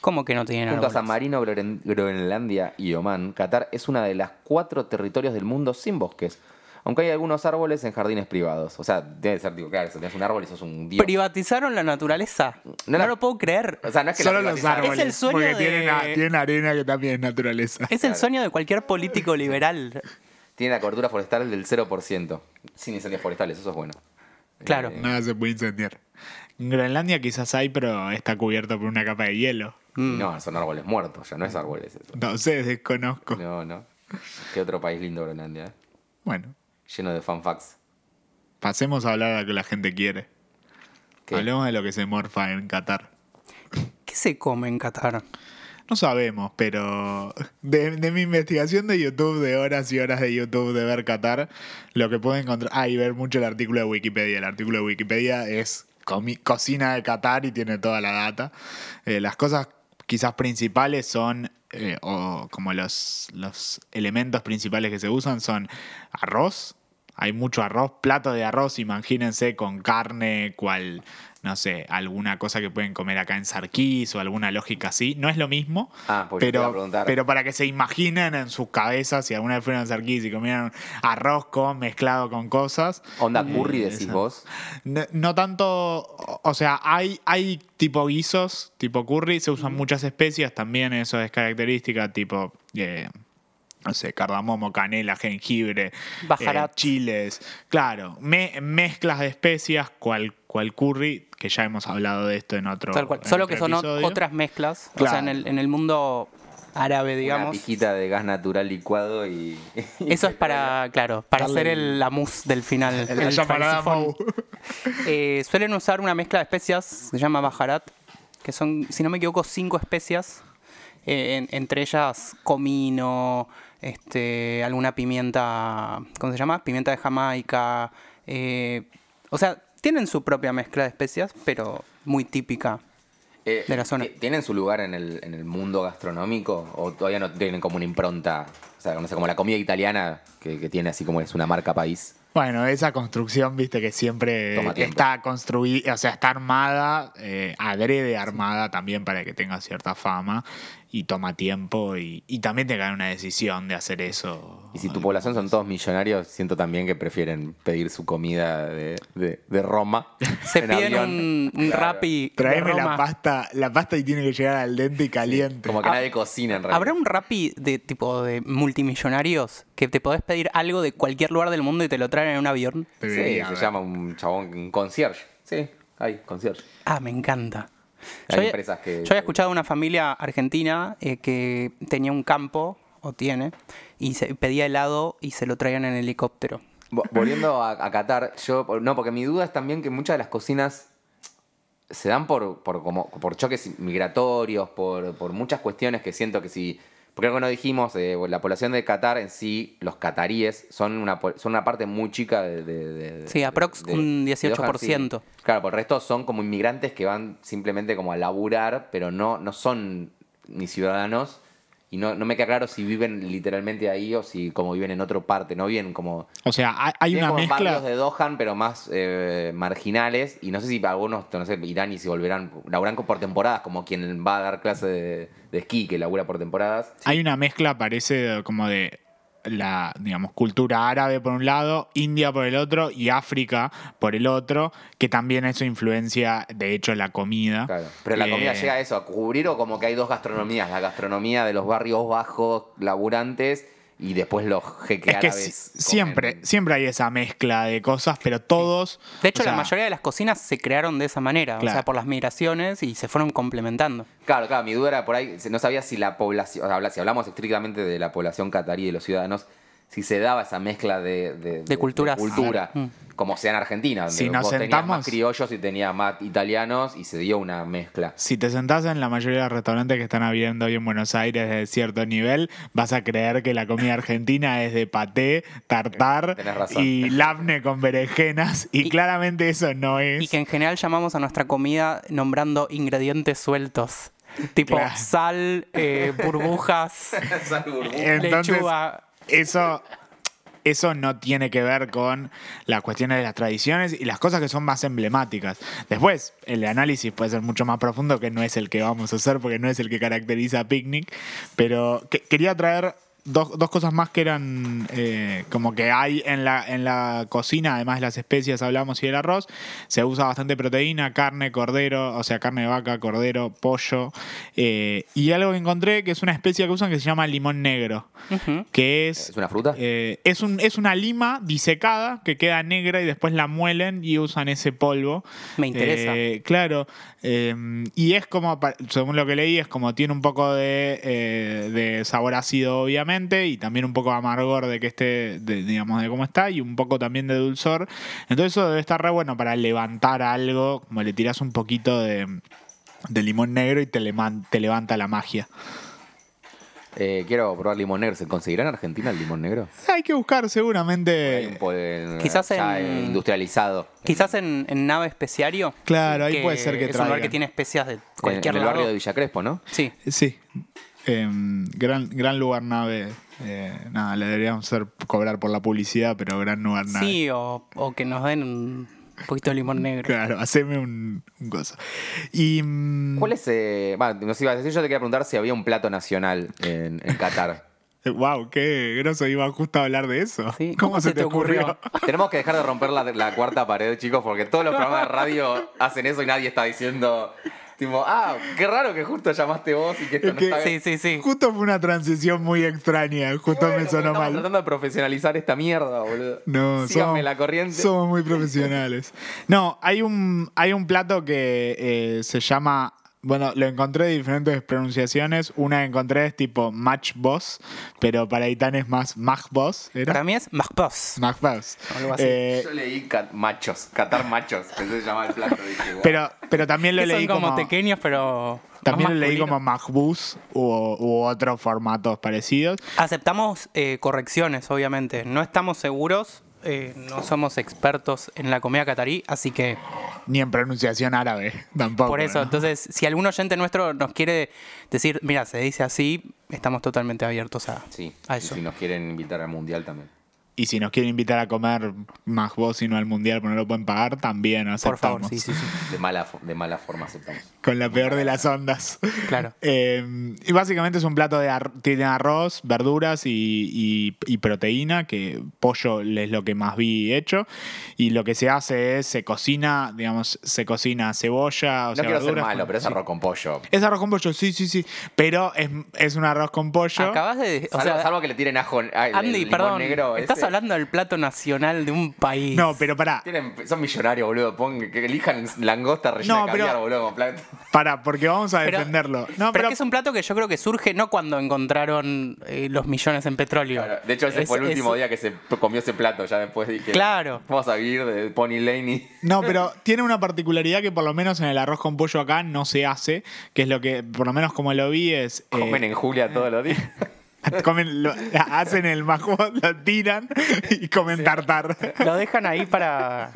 Speaker 3: ¿Cómo que no tienen
Speaker 1: Junto a San
Speaker 3: árboles?
Speaker 1: Marino, Groen- Groenlandia y Omán, Qatar es una de las cuatro territorios del mundo sin bosques. Aunque hay algunos árboles en jardines privados. O sea, debe ser, tipo, claro, si tenés un árbol y sos un dios.
Speaker 3: Privatizaron la naturaleza. No,
Speaker 1: No la-
Speaker 3: lo puedo creer.
Speaker 1: o sea, no es que la
Speaker 2: Solo los
Speaker 1: privatizaron.
Speaker 2: árboles.
Speaker 3: Es el sueño
Speaker 2: porque
Speaker 3: de-
Speaker 2: tienen, a- tienen arena que también es naturaleza.
Speaker 3: Es el sueño de cualquier político liberal.
Speaker 1: Tiene la cobertura forestal del 0%. Sin incendios forestales, eso es bueno. Eh,
Speaker 3: Claro.
Speaker 2: Nada se puede incendiar. En Groenlandia quizás hay, pero está cubierto por una capa de hielo.
Speaker 1: No, son árboles muertos, ya no es árboles eso.
Speaker 2: No sé, desconozco.
Speaker 1: No, no. Qué otro país lindo Groenlandia, eh?
Speaker 2: Bueno,
Speaker 1: Lleno de fanfacts.
Speaker 2: pasemos a hablar a lo que la gente quiere.
Speaker 1: ¿Qué?
Speaker 2: Hablemos de lo que se morfa en Qatar.
Speaker 3: ¿Qué se come en Qatar?
Speaker 2: No sabemos, pero de, de mi investigación de YouTube, de horas y horas de YouTube de ver Qatar, lo que puedo encontrar. Ah, y ver mucho el artículo de Wikipedia. El artículo de Wikipedia es comi- cocina de Qatar y tiene toda la data. Eh, las cosas quizás principales son, eh, o como los, los elementos principales que se usan, son arroz. Hay mucho arroz, plato de arroz, imagínense con carne, cual, no sé, alguna cosa que pueden comer acá en Sarquís o alguna lógica así. No es lo mismo,
Speaker 1: Ah, porque te iba a
Speaker 2: pero,
Speaker 1: preguntar.
Speaker 2: pero para que se imaginen en sus cabezas, si alguna vez fueron a Sarquís y comieron arroz con mezclado con cosas,
Speaker 1: Onda curry, decís
Speaker 2: Eh, esa.
Speaker 1: vos.
Speaker 2: no, no tanto, o o sea, hay, hay tipo guisos, tipo curry, se usan muchas especias, también eso es característica, tipo, eh, no sé, cardamomo, canela, jengibre, eh,
Speaker 3: Bajarat.
Speaker 2: chiles, claro, me- mezclas de especias, cual, cual curry, que ya hemos hablado de esto en otro.
Speaker 3: Tal cual.
Speaker 2: en
Speaker 3: Solo
Speaker 2: otro
Speaker 3: que son o-
Speaker 2: episodio.
Speaker 3: otras mezclas. O
Speaker 2: Claro.
Speaker 3: sea, en el, en el mundo árabe,
Speaker 1: Una
Speaker 3: digamos.
Speaker 1: pijita de gas natural licuado y.
Speaker 3: Eso es para, claro, para hacer el, la mousse del final.
Speaker 2: La
Speaker 3: el
Speaker 2: llamarada
Speaker 3: falsifón.
Speaker 2: Mau.
Speaker 3: Eh, suelen usar una mezcla de especias, se llama bajarat, que son, si no me equivoco, cinco especias. eh, en- entre ellas comino, este, alguna pimienta, ¿cómo se llama? Pimienta de Jamaica. eh, o sea, tienen su propia mezcla de especias, pero muy típica.
Speaker 1: Eh,
Speaker 3: de la zona.
Speaker 1: ¿ti- ¿Tienen su lugar en el, en el mundo gastronómico? ¿O todavía no tienen como una impronta? O sea, no sé, como la comida italiana que, que tiene así como es una marca país.
Speaker 2: Bueno, esa construcción, viste, que siempre
Speaker 1: Toma tiempo.
Speaker 2: está construida, o sea, está armada, eh, adrede armada también para que tenga cierta fama y toma tiempo y, y también te cae una decisión de hacer eso.
Speaker 1: Y si tu población son todos millonarios, siento también que prefieren pedir su comida de, de- de Roma.
Speaker 3: Se
Speaker 1: en
Speaker 3: piden
Speaker 1: avión.
Speaker 3: un, un
Speaker 1: Claro.
Speaker 3: rapi de
Speaker 2: Traeme la
Speaker 3: Roma.
Speaker 2: pasta, la pasta y tiene que llegar al dente y caliente.
Speaker 1: Como que
Speaker 3: Ah,
Speaker 1: nadie cocina en realidad.
Speaker 3: ¿Habrá un rapi de tipo de multimillonarios que te podés pedir algo de cualquier lugar del mundo y te lo traen en un avión?
Speaker 1: Sí,
Speaker 2: Debería
Speaker 1: se
Speaker 2: haber.
Speaker 1: llama un chabón, un concierge. Sí, hay concierge.
Speaker 3: Ah, me encanta.
Speaker 1: Hay
Speaker 3: Yo había-
Speaker 1: empresas que-
Speaker 3: Yo había escuchado de una familia argentina eh, que tenía un campo, o tiene, y se pedía helado y se lo traían en helicóptero.
Speaker 1: Vo- Volviendo a, a Qatar, yo. No, porque mi duda es también que muchas de las cocinas se dan por, por, como, por choques migratorios, por, por muchas cuestiones que siento que si. Porque algo no dijimos, eh, la población de Qatar en sí, los cataríes, son una, po- son una parte muy chica de. de- de-
Speaker 3: Sí,
Speaker 1: de-
Speaker 3: aprox un
Speaker 1: de Doha,
Speaker 3: 18%.
Speaker 1: sí. Claro, por el resto son como inmigrantes que van simplemente como a laburar, pero no, no son ni ciudadanos. Y no, no me queda claro si viven literalmente ahí o si como viven en otra parte, no viven como
Speaker 2: O sea, hay, hay
Speaker 1: tiene
Speaker 2: una
Speaker 1: como
Speaker 2: mezcla.
Speaker 1: barrios de Dohan, pero más eh, marginales. Y no sé si algunos no sé, irán y se volverán, laburán por temporadas, como quien va a dar clase de, de esquí, que labura por temporadas.
Speaker 2: Hay una mezcla, parece, de- como de la, digamos, cultura árabe por un lado, India por el otro y África por el otro, que también eso influencia, de hecho, la comida.
Speaker 1: Claro. Pero la comida
Speaker 2: Eh,
Speaker 1: llega a eso, a cubrir o como que hay dos gastronomías. La gastronomía de los barrios bajos, laburantes, y después los jeques
Speaker 2: Es que
Speaker 1: árabes
Speaker 2: si- siempre,
Speaker 1: comen-
Speaker 2: siempre hay esa mezcla de cosas, pero todos.
Speaker 3: De hecho,
Speaker 2: o sea,
Speaker 3: la mayoría de las cocinas se crearon de esa manera, o
Speaker 2: Claro.
Speaker 3: sea, por las migraciones y se fueron complementando.
Speaker 1: Claro, claro, mi duda era por ahí, no sabía si la población, o sea, habla- si hablamos estrictamente de la población catarí, de los ciudadanos, si se daba esa mezcla de,
Speaker 3: culturas. Mm.
Speaker 1: cultura,
Speaker 3: A ver.
Speaker 1: como sea en Argentina, donde
Speaker 2: Si nos
Speaker 1: vos tenías más
Speaker 2: sentamos-
Speaker 1: criollos y tenías más italianos y se dio una mezcla.
Speaker 2: Si te sentás en la mayoría de los restaurantes que están abriendo hoy en Buenos Aires de cierto nivel, vas a creer que la comida argentina es de paté, tartar
Speaker 1: Tenés razón.
Speaker 2: y labne con berenjenas. Y, claramente eso no es.
Speaker 3: Y que en general llamamos a nuestra comida nombrando ingredientes sueltos, tipo
Speaker 2: Claro.
Speaker 3: sal, eh, burbujas,
Speaker 1: Esa
Speaker 2: Eh,
Speaker 1: burbuja.
Speaker 2: Entonces,
Speaker 3: lechuga.
Speaker 2: eso, eso no tiene que ver con las cuestiones de las tradiciones y las cosas que son más emblemáticas. Después, el análisis puede ser mucho más profundo, que no es el que vamos a hacer, porque no es el que caracteriza a Picnic, pero que- quería traer... Dos, dos cosas más que eran eh, como que hay en la, en la cocina, además de las especias, hablamos y el arroz, se usa bastante proteína, carne, cordero, o sea, carne de vaca, cordero, pollo, eh, y algo que encontré que es una especia que usan que se llama limón negro
Speaker 3: Ujú.
Speaker 2: que es...
Speaker 1: ¿Es una fruta?
Speaker 2: eh, es, un, es una lima disecada que queda negra y después la muelen y usan ese polvo.
Speaker 3: Me interesa.
Speaker 2: Eh, claro. eh, y es como, pa- según lo que leí, es como tiene un poco de, eh, de sabor ácido, obviamente, y también un poco de amargor de que esté, de- digamos, de cómo está, y un poco también de dulzor. Entonces eso debe estar re bueno para levantar algo, como le tiras un poquito de, de limón negro y te, leman- te levanta la magia.
Speaker 1: Eh, quiero probar limón negro. ¿Se conseguirá en Argentina el limón negro?
Speaker 2: Hay que buscar seguramente...
Speaker 1: Hay un po- eh,
Speaker 3: quizás
Speaker 1: ya,
Speaker 3: en-
Speaker 1: eh, industrializado.
Speaker 3: Quizás en, en nave especiario.
Speaker 2: Claro, ahí puede ser que
Speaker 3: Es un lugar
Speaker 2: traigan.
Speaker 3: que tiene especias de
Speaker 1: En, Eh, en
Speaker 3: cualquier
Speaker 1: el
Speaker 3: lado.
Speaker 1: barrio de Villa Crespo, ¿no?
Speaker 3: Sí.
Speaker 2: Sí. Em, gran, gran lugar nave. Eh, nada, le deberíamos hacer cobrar por la publicidad, pero gran lugar nave.
Speaker 3: Sí, o, o que nos den un poquito de limón negro.
Speaker 2: Claro, haceme un, un coso. Y. mm,
Speaker 1: ¿Cuál es? eh, va, no sé, iba a decir, yo te quería preguntar si había un plato nacional en, en Qatar.
Speaker 2: Wow, eh, qué groso iba justo a hablar de eso.
Speaker 3: Sí, ¿cómo se te ocurrió?
Speaker 1: Tenemos que dejar de romper la, la cuarta pared, chicos, porque todos los programas de radio hacen eso y nadie está diciendo, tipo, ah, qué raro que justo llamaste vos y que esto
Speaker 2: Es
Speaker 1: no
Speaker 2: que-
Speaker 1: está bien".
Speaker 3: Sí, sí, sí.
Speaker 2: Justo fue una transición muy extraña. Justo
Speaker 1: Bueno,
Speaker 2: me sonó
Speaker 1: estamos
Speaker 2: mal.
Speaker 1: tratando de profesionalizar esta mierda, boludo.
Speaker 2: No,
Speaker 1: Síganme
Speaker 2: somos,
Speaker 1: la corriente.
Speaker 2: somos muy profesionales. No, hay un, hay un plato que eh, se llama. Bueno, lo encontré de diferentes pronunciaciones. Una que encontré es tipo match boss, pero para Itán es más mag boss.
Speaker 3: Para
Speaker 2: ¿Era?
Speaker 3: mí es MacBoss.
Speaker 2: Mag boss.
Speaker 3: Algo así.
Speaker 2: Eh,
Speaker 1: Yo leí cat- machos, Qatar machos. Pensé que llamaba el plato. dije, "Wow".
Speaker 2: pero, pero también lo
Speaker 3: Que son
Speaker 2: leí
Speaker 3: como,
Speaker 2: como.
Speaker 3: tequeños, pero. más
Speaker 2: También lo leí
Speaker 3: masculino.
Speaker 2: como magbus u, u otros formatos parecidos.
Speaker 3: Aceptamos eh, correcciones, obviamente. No estamos seguros, eh, no somos expertos en la comida catarí, así que
Speaker 2: Ni en pronunciación árabe tampoco.
Speaker 3: por eso.
Speaker 2: ¿no?
Speaker 3: Entonces, si algún oyente nuestro nos quiere decir, mira, se dice así, estamos totalmente abiertos a,
Speaker 1: Sí,
Speaker 3: a
Speaker 1: y
Speaker 3: eso.
Speaker 1: si nos quieren invitar al mundial también.
Speaker 2: Y si nos quieren invitar a comer más vos y no al mundial, pero no lo pueden pagar, también
Speaker 3: Por
Speaker 2: aceptamos.
Speaker 3: favor, sí, sí, sí.
Speaker 1: De mala, fo- de mala forma aceptamos.
Speaker 2: Con la peor de las ondas.
Speaker 3: Claro.
Speaker 2: Eh, y básicamente es un plato de ar- tiene arroz, verduras y, y- y proteína, que pollo es lo que más vi hecho. Y lo que se hace es, se cocina, digamos, se cocina cebolla, o
Speaker 1: No
Speaker 2: sea,
Speaker 1: quiero ser
Speaker 2: verduras
Speaker 1: malo,
Speaker 2: con-
Speaker 1: pero es
Speaker 2: sí.
Speaker 1: arroz con pollo.
Speaker 2: Es arroz con pollo, sí, sí, sí. Pero es, es un arroz con pollo.
Speaker 3: Acabas de. O
Speaker 1: salvo,
Speaker 3: sea,
Speaker 1: salvo que le tiren ajo. ay, el
Speaker 3: Andy,
Speaker 1: limón
Speaker 3: perdón.
Speaker 1: negro
Speaker 3: estás
Speaker 1: ese.
Speaker 3: hablando del plato nacional de un país.
Speaker 2: No, pero pará,
Speaker 1: Tienen- son millonarios, boludo. Pongan, que elijan langosta rellena
Speaker 2: No,
Speaker 1: de
Speaker 2: pero-
Speaker 1: caviar, boludo, con plato.
Speaker 2: pará, porque vamos a
Speaker 3: Pero-
Speaker 2: defenderlo.
Speaker 3: pero,
Speaker 2: No,
Speaker 3: es que es un plato que yo creo que surge no cuando encontraron eh, los millones en petróleo.
Speaker 1: Claro, De hecho, ese
Speaker 3: Es-
Speaker 1: fue el
Speaker 3: es-
Speaker 1: último día que se comió ese plato. Ya después dije.
Speaker 3: Claro. Eh,
Speaker 1: Vamos a vivir de Pony Lane y.
Speaker 2: No, pero tiene una particularidad que por lo menos en el arroz con pollo acá no se hace, que es lo que, por lo menos como lo vi, es... eh,
Speaker 1: Comen en Julia todos los días.
Speaker 3: eh,
Speaker 2: comen- lo- hacen el majo, lo tiran y comen tartar.
Speaker 3: Lo dejan ahí para.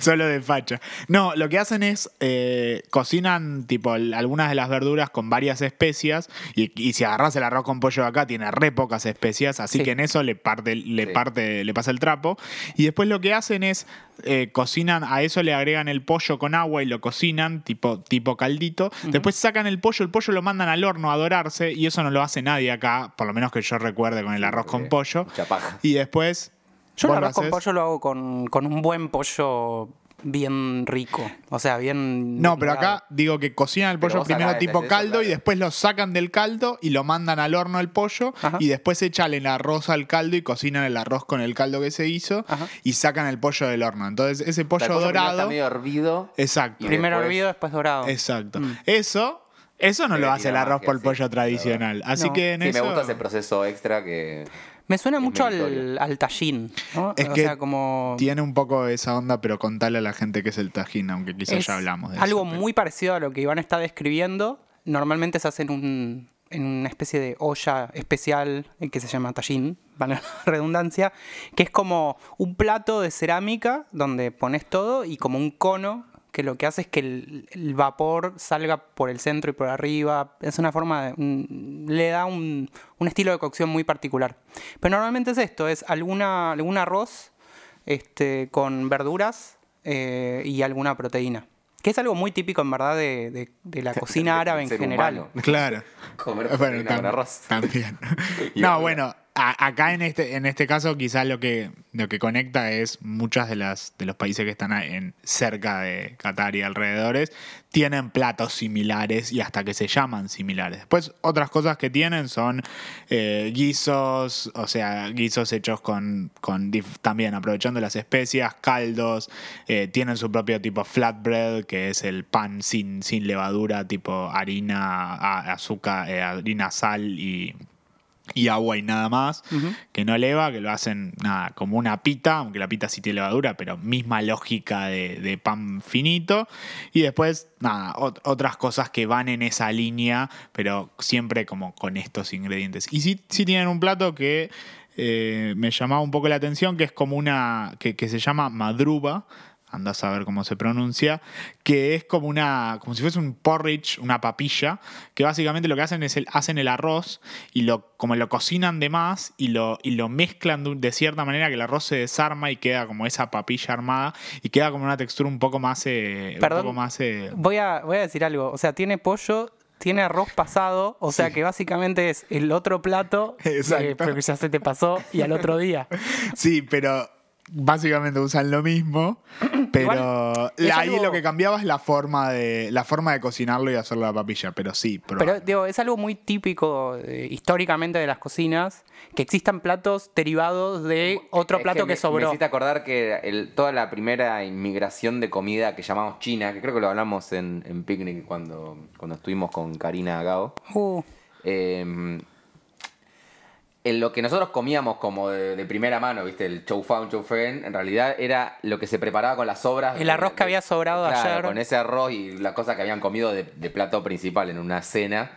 Speaker 2: Solo de facha. No, lo que hacen es eh, cocinan tipo l- algunas de las verduras con varias especias y, y si agarras el arroz con pollo de acá tiene re pocas especias, así
Speaker 3: Sí.
Speaker 2: que en eso le parte, le
Speaker 1: Sí.
Speaker 2: parte, le pasa el trapo. Y después lo que hacen es eh, cocinan, a eso le agregan el pollo con agua y lo cocinan tipo, tipo caldito. Después sacan el pollo, el pollo lo mandan al horno a dorarse y eso no lo hace nadie acá, por lo menos que yo recuerde con el arroz con
Speaker 1: porque
Speaker 2: pollo.
Speaker 1: mucha paja.
Speaker 2: Y después...
Speaker 3: Yo el
Speaker 2: vos lo
Speaker 3: arroz con
Speaker 2: haces.
Speaker 3: pollo lo hago con, con un buen pollo bien rico. O sea, bien.
Speaker 2: No, pero
Speaker 3: dorado.
Speaker 2: acá digo que cocinan el
Speaker 1: Pero
Speaker 2: pollo
Speaker 1: vos
Speaker 2: primero
Speaker 1: acá
Speaker 2: tipo
Speaker 1: haces eso,
Speaker 2: caldo y
Speaker 1: claro.
Speaker 2: después lo sacan del caldo y lo mandan al horno el pollo
Speaker 3: Ajá.
Speaker 2: y después echan el arroz al caldo y cocinan el arroz con el caldo que se hizo
Speaker 3: Ajá.
Speaker 2: y sacan el pollo del horno. Entonces ese
Speaker 1: O sea,
Speaker 2: pollo,
Speaker 1: el pollo primero
Speaker 2: dorado...
Speaker 1: Está medio hervido.
Speaker 2: Exacto.
Speaker 1: y
Speaker 3: Primero
Speaker 1: después-
Speaker 3: hervido, después dorado.
Speaker 2: Exacto. Eso, eso no
Speaker 1: Mm. Le
Speaker 2: lo
Speaker 1: tira
Speaker 2: hace el arroz
Speaker 1: magia,
Speaker 2: por
Speaker 1: sí,
Speaker 2: pollo
Speaker 1: claro.
Speaker 2: tradicional. Así
Speaker 3: No.
Speaker 2: que en
Speaker 1: Sí,
Speaker 2: eso...
Speaker 1: me gusta ese proceso extra que.
Speaker 3: Me suena mucho al,
Speaker 1: meritorio.
Speaker 3: al tallín, ¿no?
Speaker 2: Es
Speaker 3: o
Speaker 2: que
Speaker 3: sea, como.
Speaker 2: Tiene un poco esa onda, pero contale a la gente que es el tajín, aunque quizás
Speaker 3: es
Speaker 2: ya hablamos de
Speaker 3: algo
Speaker 2: eso, pero-
Speaker 3: muy parecido a lo que Iván está describiendo. Normalmente se hace en, un- en una especie de olla especial eh, que se llama tallín, para la redundancia, que es como un plato de cerámica donde pones todo y como un cono que lo que hace es que el, el vapor salga por el centro y por arriba. Es una forma, de- un- le da un, un estilo de cocción muy particular. Pero normalmente es esto, es alguna, algún arroz este, con verduras eh, y alguna proteína. Que es algo muy típico, en verdad, de, de- de la cocina
Speaker 1: del
Speaker 3: árabe en
Speaker 1: ser
Speaker 3: general.
Speaker 1: humano.
Speaker 2: Claro.
Speaker 1: Comer
Speaker 2: Bueno,
Speaker 1: proteína con
Speaker 2: tam-
Speaker 1: arroz.
Speaker 2: También.
Speaker 1: Y
Speaker 2: no,
Speaker 1: verdura.
Speaker 2: bueno, a- acá en este, en este caso quizás lo que, lo que conecta es muchas de las de los países que están a- en, cerca de Qatar y alrededores tienen platos similares y hasta que se llaman similares. Después otras cosas que tienen son eh, guisos, o sea, guisos hechos con, con dif- también aprovechando las especias, caldos, eh, tienen su propio tipo flatbread, que es el pan sin, sin levadura, tipo harina, a- azúcar, eh, harina, sal y y agua y nada más, que no eleva, que lo hacen nada, como una pita, aunque la pita sí tiene levadura, pero misma lógica de, de pan finito. Y después, nada, ot- otras cosas que van en esa línea, pero siempre como con estos ingredientes. Y sí, sí tienen un plato que eh, me llamaba un poco la atención, que es como una, que, que se llama madruba, andás a saber cómo se pronuncia, que es como una, como si fuese un porridge, una papilla, que básicamente lo que hacen es el, hacen el arroz y lo, como lo cocinan de más y lo, y lo mezclan de, un- de cierta manera que el arroz se desarma y queda como esa papilla armada y queda como una textura un poco más, eh,
Speaker 3: Perdón.
Speaker 2: un poco más eh,
Speaker 3: Voy a, voy a decir algo. O sea, tiene pollo, tiene arroz pasado. O sea, que básicamente es el otro plato, eh,
Speaker 2: Exacto.
Speaker 3: pero que ya se te pasó, y al otro día.
Speaker 2: Sí, pero básicamente usan lo mismo, pero
Speaker 3: es
Speaker 2: ahí
Speaker 3: algo-
Speaker 2: lo que cambiaba es la forma de la forma de cocinarlo y hacerlo a la papilla, pero sí,
Speaker 3: Pero
Speaker 2: probable.
Speaker 3: digo, es algo muy típico eh, históricamente de las cocinas, que existan platos derivados de otro
Speaker 1: Es
Speaker 3: plato que,
Speaker 1: me- Me
Speaker 3: sobró.
Speaker 1: hiciste acordar que el- toda la primera inmigración de comida que llamamos China, que creo que lo hablamos en, en Picnic cuando, cuando estuvimos con Karina Gao,
Speaker 3: Uh,
Speaker 1: eh, en lo que nosotros comíamos como de, de primera mano, ¿viste? El chow fan, chow fen, en realidad era lo que se preparaba con las sobras.
Speaker 3: El
Speaker 1: de-
Speaker 3: arroz que había sobrado
Speaker 1: Claro,
Speaker 3: ayer.
Speaker 1: Con ese arroz y las cosas que habían comido de, de plato principal en una cena.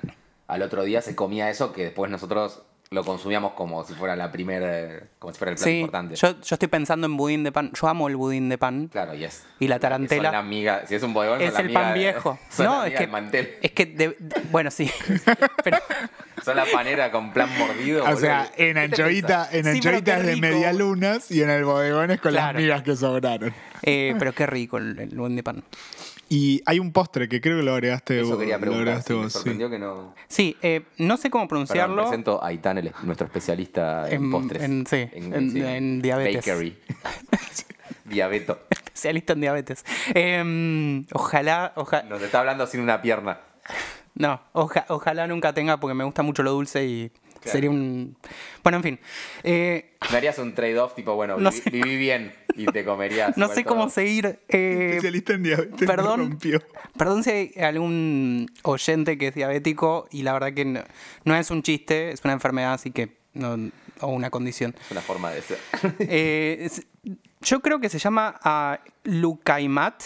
Speaker 1: Al otro día se comía eso que después nosotros lo consumíamos como si fuera la primera, como si fuera el plato
Speaker 3: sí,
Speaker 1: importante.
Speaker 3: yo, yo estoy pensando en budín de pan. Yo amo el budín de pan.
Speaker 1: Claro, y es.
Speaker 3: Y la tarantela.
Speaker 1: son la miga- si es un bodegón, son
Speaker 3: Es
Speaker 1: la
Speaker 3: el
Speaker 1: miga
Speaker 3: pan
Speaker 1: de-
Speaker 3: viejo.
Speaker 1: son la
Speaker 3: No,
Speaker 1: miga
Speaker 3: es
Speaker 1: del
Speaker 3: que.
Speaker 1: mantel.
Speaker 3: Es que. de- de- bueno, sí. Pero,
Speaker 1: Son la panera con plan mordido.
Speaker 2: o
Speaker 1: boludo.
Speaker 2: sea, en
Speaker 1: ¿Qué te
Speaker 2: anchoita, en
Speaker 3: Sí, pero qué
Speaker 2: anchoita es de
Speaker 3: rico.
Speaker 2: medialunas y en el bodegón es con
Speaker 3: Claro.
Speaker 2: las migas que sobraron.
Speaker 3: eh, pero qué rico el, el budín de pan.
Speaker 2: Y hay un postre que creo que lo agregaste
Speaker 1: Eso
Speaker 2: vos.
Speaker 1: quería
Speaker 2: eh, lo
Speaker 1: preguntar. sí,
Speaker 2: agregaste
Speaker 1: me
Speaker 2: vos, sí.
Speaker 1: sorprendió que no.
Speaker 3: Sí, eh, no sé cómo
Speaker 1: Perdón,
Speaker 3: pronunciarlo.
Speaker 1: presento a Aitán, el- nuestro especialista en,
Speaker 3: En-
Speaker 1: postres.
Speaker 3: en- sí, en- en diabetes.
Speaker 1: Bakery. Diabeto.
Speaker 3: especialista en diabetes. Em, ojalá, ojalá.
Speaker 1: Nos está hablando sin una pierna.
Speaker 3: No, oja- ojalá nunca tenga porque me gusta mucho lo dulce y sería un. Bueno, en fin. Eh,
Speaker 1: Me harías un trade-off tipo, bueno,
Speaker 3: No
Speaker 1: viví,
Speaker 3: sé.
Speaker 1: viví bien y te comerías.
Speaker 3: no
Speaker 1: igual
Speaker 3: sé
Speaker 1: todo.
Speaker 3: cómo seguir. eh,
Speaker 2: Especialista en diabetes. me
Speaker 3: perdón,
Speaker 2: rompió.
Speaker 3: perdón si hay algún oyente que es diabético y la verdad que no, no es un chiste, es una enfermedad, así que. no- o una condición.
Speaker 1: Es una forma de ser.
Speaker 3: Eh, es- yo creo que se llama a Lukaimat.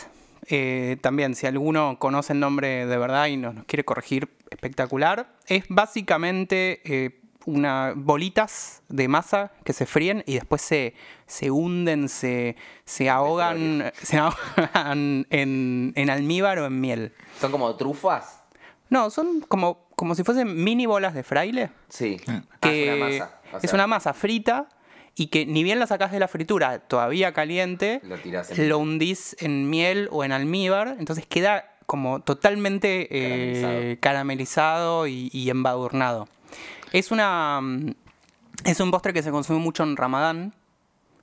Speaker 3: Eh, también, si alguno conoce el nombre de verdad y nos, nos quiere corregir, espectacular. Es básicamente eh, una bolitas de masa que se fríen y después se, se hunden, se, se ahogan, se ahogan en, en almíbar o en miel.
Speaker 1: Son como trufas.
Speaker 3: No, son como, como si fuesen mini bolas de fraile
Speaker 1: Sí. Ah,
Speaker 3: que
Speaker 1: es una masa. O
Speaker 3: es
Speaker 1: sea,
Speaker 3: una masa frita y que ni bien la sacás de la fritura todavía caliente,
Speaker 1: Lo tirás en-
Speaker 3: lo hundís en miel o en almíbar, entonces queda como totalmente eh, caramelizado, y, y embadurnado. Es una mm, es un postre que se consume mucho en Ramadán,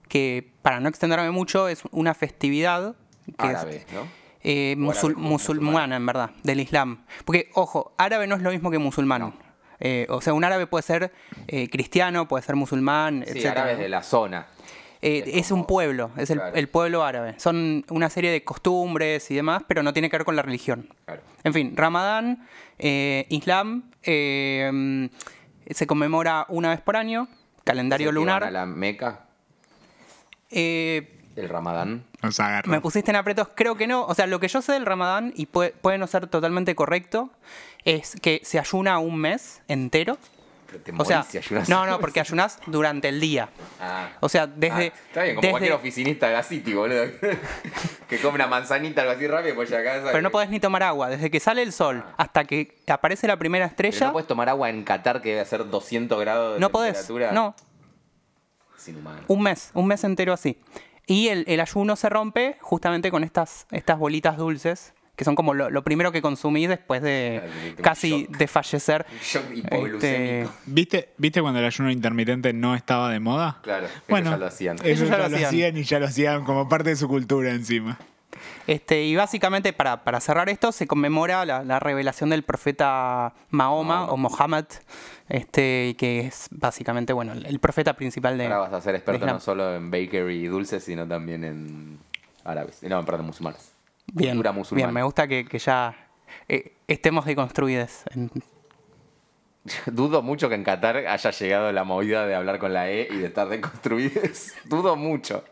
Speaker 3: que para no extenderme mucho es una festividad que es-
Speaker 1: árabe, ¿no?
Speaker 3: eh, musul- musulmana, en verdad, del Islam. Porque, ojo, árabe no es lo mismo que musulmán. Eh, o sea, un árabe puede ser eh, cristiano, puede ser musulmán,
Speaker 1: Sí,
Speaker 3: etcétera.
Speaker 1: árabes de la zona.
Speaker 3: Eh, es, un pueblo, es el,
Speaker 1: Claro.
Speaker 3: el pueblo árabe. Son una serie de costumbres y demás, pero no tiene que ver con la religión.
Speaker 1: Claro.
Speaker 3: En fin, Ramadán, eh, Islam, eh, se conmemora una vez por año, calendario
Speaker 1: Dicen que van
Speaker 3: lunar.
Speaker 1: A la Meca,
Speaker 3: Eh,
Speaker 1: el Ramadán.
Speaker 2: Nos agarra.
Speaker 3: me pusiste en aprietos, creo que no. O sea, lo que yo sé del Ramadán, y puede, puede no ser totalmente correcto, es que se ayuna un mes entero.
Speaker 1: Pero te
Speaker 3: O sea,
Speaker 1: morís si ayunas.
Speaker 3: no, no, porque ayunás durante el día.
Speaker 1: Ah.
Speaker 3: O sea,
Speaker 1: Ah,
Speaker 3: desde.
Speaker 1: está bien, como
Speaker 3: desde-
Speaker 1: cualquier oficinista de la City, boludo. que come una manzanita algo así rápido, pues ya acá.
Speaker 3: Pero no podés ni tomar agua. Desde que sale el sol hasta que aparece la primera estrella,
Speaker 1: Ah. no puedes tomar agua en Qatar que debe ser 200 grados de
Speaker 3: no podés.
Speaker 1: temperatura.
Speaker 3: No,
Speaker 1: Sin humano.
Speaker 3: un mes, un mes entero así. Y el, el ayuno se rompe justamente con estas, estas bolitas dulces, que son como lo, lo primero que consumís después de
Speaker 1: Claro, Ah, te mete un
Speaker 3: casi
Speaker 1: shock.
Speaker 3: de fallecer. este,
Speaker 1: Un shock hipoglucémico.
Speaker 2: ¿Viste, ¿Viste cuando el ayuno intermitente no estaba de moda?
Speaker 1: Claro, ellos
Speaker 2: bueno,
Speaker 1: ya lo hacían.
Speaker 2: Ellos, ya, lo hacían. y ya lo hacían como parte de su cultura encima.
Speaker 3: Este, y básicamente, para, para cerrar esto, se conmemora la, la revelación del profeta Mahoma o Mohammed, este, que es básicamente bueno, el, el profeta principal de.
Speaker 1: Ahora vas a ser
Speaker 3: de
Speaker 1: experto
Speaker 3: Islam.
Speaker 1: no solo en bakery y dulces, sino también en árabes. No, perdón, musulmanes.
Speaker 3: Bien,
Speaker 1: Cultura musulmana.
Speaker 3: bien, me gusta que, que ya eh, estemos deconstruidos. en-
Speaker 1: Dudo mucho que en Qatar haya llegado la movida de hablar con la E y de estar deconstruidos. Dudo mucho.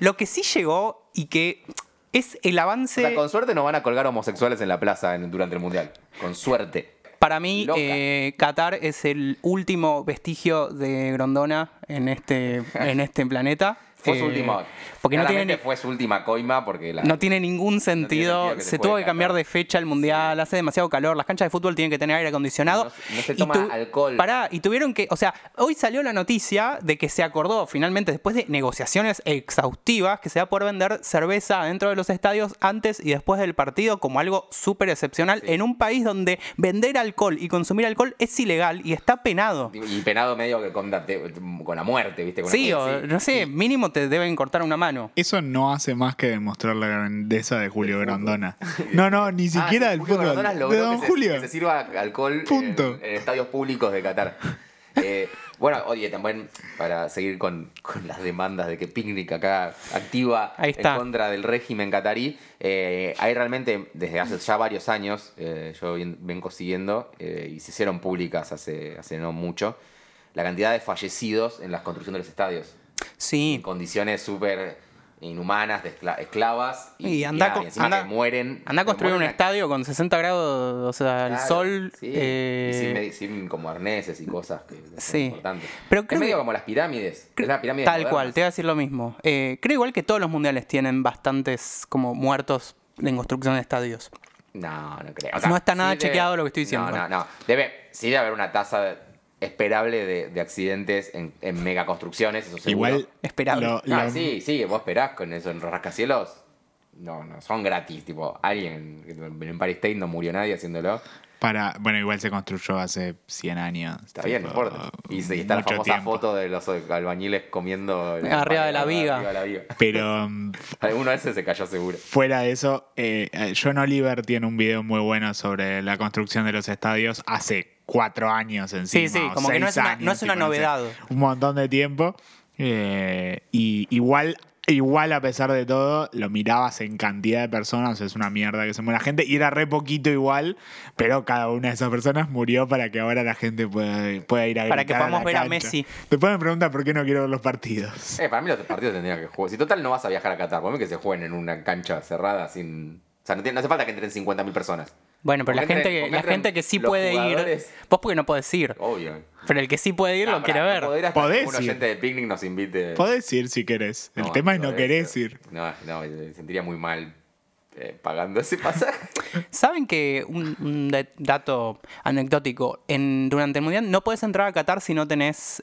Speaker 3: Lo que sí llegó y que es el
Speaker 1: O sea,
Speaker 3: avance
Speaker 1: con suerte no van a colgar homosexuales en la plaza en- durante el mundial. Con suerte.
Speaker 3: para mí,
Speaker 1: Loca.
Speaker 3: eh, Qatar es el último vestigio de Grondona en este, en este planeta.
Speaker 1: Fue su
Speaker 3: Eh,
Speaker 1: última.
Speaker 3: Porque no
Speaker 1: claramente
Speaker 3: tiene,
Speaker 1: fue su última coima porque la.
Speaker 3: no tiene ningún sentido.
Speaker 1: sentido que se
Speaker 3: se tuvo
Speaker 1: juegue
Speaker 3: que cambiar
Speaker 1: Qatar.
Speaker 3: de fecha el mundial, hace demasiado calor, las canchas de fútbol tienen que tener aire acondicionado.
Speaker 1: No se- no se toma alcohol.
Speaker 3: Pará, y tuvieron que, o sea, hoy salió la noticia de que se acordó finalmente, después de negociaciones exhaustivas, que se va a poder vender cerveza dentro de los estadios antes y después del partido como algo súper excepcional en un país donde vender alcohol y consumir alcohol es ilegal y está penado.
Speaker 1: Y penado medio que con, la- con la muerte, ¿viste? Con una
Speaker 3: Sí,
Speaker 1: cosa
Speaker 3: o
Speaker 1: así.
Speaker 3: no sé, mínimo te deben cortar una mano.
Speaker 2: Eso no hace más que demostrar la grandeza de Julio Grandona. No, no, ni siquiera
Speaker 1: Ah,
Speaker 2: del
Speaker 1: Julio
Speaker 2: fútbol.
Speaker 1: Grondona
Speaker 2: De
Speaker 1: logró
Speaker 2: Don
Speaker 1: que se-
Speaker 2: Julio.
Speaker 1: que se sirva alcohol en-
Speaker 2: Punto.
Speaker 1: En, estadios públicos de Qatar. Eh, bueno, oye, también para seguir con, con las demandas de que Picnic acá activa
Speaker 3: Ahí está.
Speaker 1: en contra del régimen catarí, eh, hay realmente desde hace ya varios años, eh, yo vien- vengo siguiendo, eh, y se hicieron públicas hace, hace no mucho, la cantidad de fallecidos en la construcción de los estadios.
Speaker 3: Sí.
Speaker 1: En condiciones súper inhumanas, de escla- esclavas, y,
Speaker 3: Y
Speaker 1: y
Speaker 3: anda
Speaker 1: nada,
Speaker 3: con-
Speaker 1: y encima
Speaker 3: anda-
Speaker 1: que mueren.
Speaker 3: Anda a
Speaker 1: que
Speaker 3: construir un
Speaker 1: mueren a-
Speaker 3: estadio con 60 grados, o sea, el
Speaker 1: Claro,
Speaker 3: sol.
Speaker 1: sí.
Speaker 3: eh,
Speaker 1: Y sin, medi- sin como arneses y cosas que son
Speaker 3: sí.
Speaker 1: importantes.
Speaker 3: Pero
Speaker 1: es
Speaker 3: creo
Speaker 1: medio
Speaker 3: que-
Speaker 1: como las pirámides. Es la pirámide
Speaker 3: Tal
Speaker 1: moderna.
Speaker 3: cual, te voy a decir lo mismo. Eh, creo igual que todos los mundiales tienen bastantes como muertos en construcción de estadios.
Speaker 1: No, no creo.
Speaker 3: No está nada chequeado lo que estoy diciendo.
Speaker 1: No, no, no. Debe, sí debe haber una tasa de- esperable de, de accidentes en, en megaconstrucciones, eso seguro.
Speaker 2: Igual.
Speaker 3: Esperable.
Speaker 2: lo-
Speaker 1: Ah,
Speaker 2: lo-
Speaker 1: sí, sí, vos esperás con eso en los rascacielos. No, no, son gratis. Tipo, alguien en en Paris State no murió nadie haciéndolo.
Speaker 2: Para, bueno, igual se construyó hace 100 años.
Speaker 1: Está bien, no
Speaker 2: tipo,
Speaker 1: importa. Y, sí, está la
Speaker 2: mucho
Speaker 1: famosa
Speaker 2: tiempo.
Speaker 1: foto de los albañiles comiendo... el-
Speaker 3: Arriba de la viga.
Speaker 1: Arriba de la viga.
Speaker 2: Pero mm,
Speaker 1: Alguno de esos se cayó seguro.
Speaker 2: Fuera de eso, eh, John Oliver tiene un video muy bueno sobre la construcción de los estadios hace cuatro años encima.
Speaker 3: Sí, sí,
Speaker 2: o
Speaker 3: como que no
Speaker 2: seis
Speaker 3: es una-
Speaker 2: años,
Speaker 3: no es una
Speaker 2: tipo, sé,
Speaker 3: novedad.
Speaker 2: un montón de tiempo. Eh, y igual, igual a pesar de todo, lo mirabas en cantidad de personas, es una mierda que se muera gente, y era re poquito igual, pero cada una de esas personas murió para que ahora la gente pueda, pueda ir a
Speaker 3: Para que
Speaker 2: gritar
Speaker 3: podamos
Speaker 2: la
Speaker 3: ver a
Speaker 2: cancha.
Speaker 3: Messi.
Speaker 2: Después me preguntan por qué no quiero ver los partidos.
Speaker 1: Eh, para mí los partidos tendrían que jugar. Si total no vas a viajar a Qatar, ponme que se jueguen en una cancha cerrada sin... O sea, no, tiene- no hace falta que entren 50.000 personas.
Speaker 3: Bueno, pero la
Speaker 1: Porque
Speaker 3: gente,
Speaker 1: entren-
Speaker 3: que,
Speaker 1: porque
Speaker 3: la
Speaker 1: entren
Speaker 3: gente que sí
Speaker 1: los
Speaker 3: puede
Speaker 1: jugadores.
Speaker 3: ir. Vos porque no podés ir.
Speaker 1: Obvio.
Speaker 3: Pero el que sí puede ir
Speaker 1: No,
Speaker 3: lo quiere
Speaker 1: pará,
Speaker 3: ver.
Speaker 1: no podés hasta que
Speaker 2: Podés
Speaker 1: un
Speaker 2: ir.
Speaker 1: oyente de picnic nos invite.
Speaker 2: Podés ir si querés. El
Speaker 1: No,
Speaker 2: tema es no
Speaker 1: podés,
Speaker 2: querés
Speaker 1: pero-
Speaker 2: ir.
Speaker 1: No, no, me sentiría muy mal eh, pagando ese pasaje.
Speaker 3: ¿Saben que un, un de- dato anecdótico? En, durante el mundial no puedes entrar a Qatar si no tenés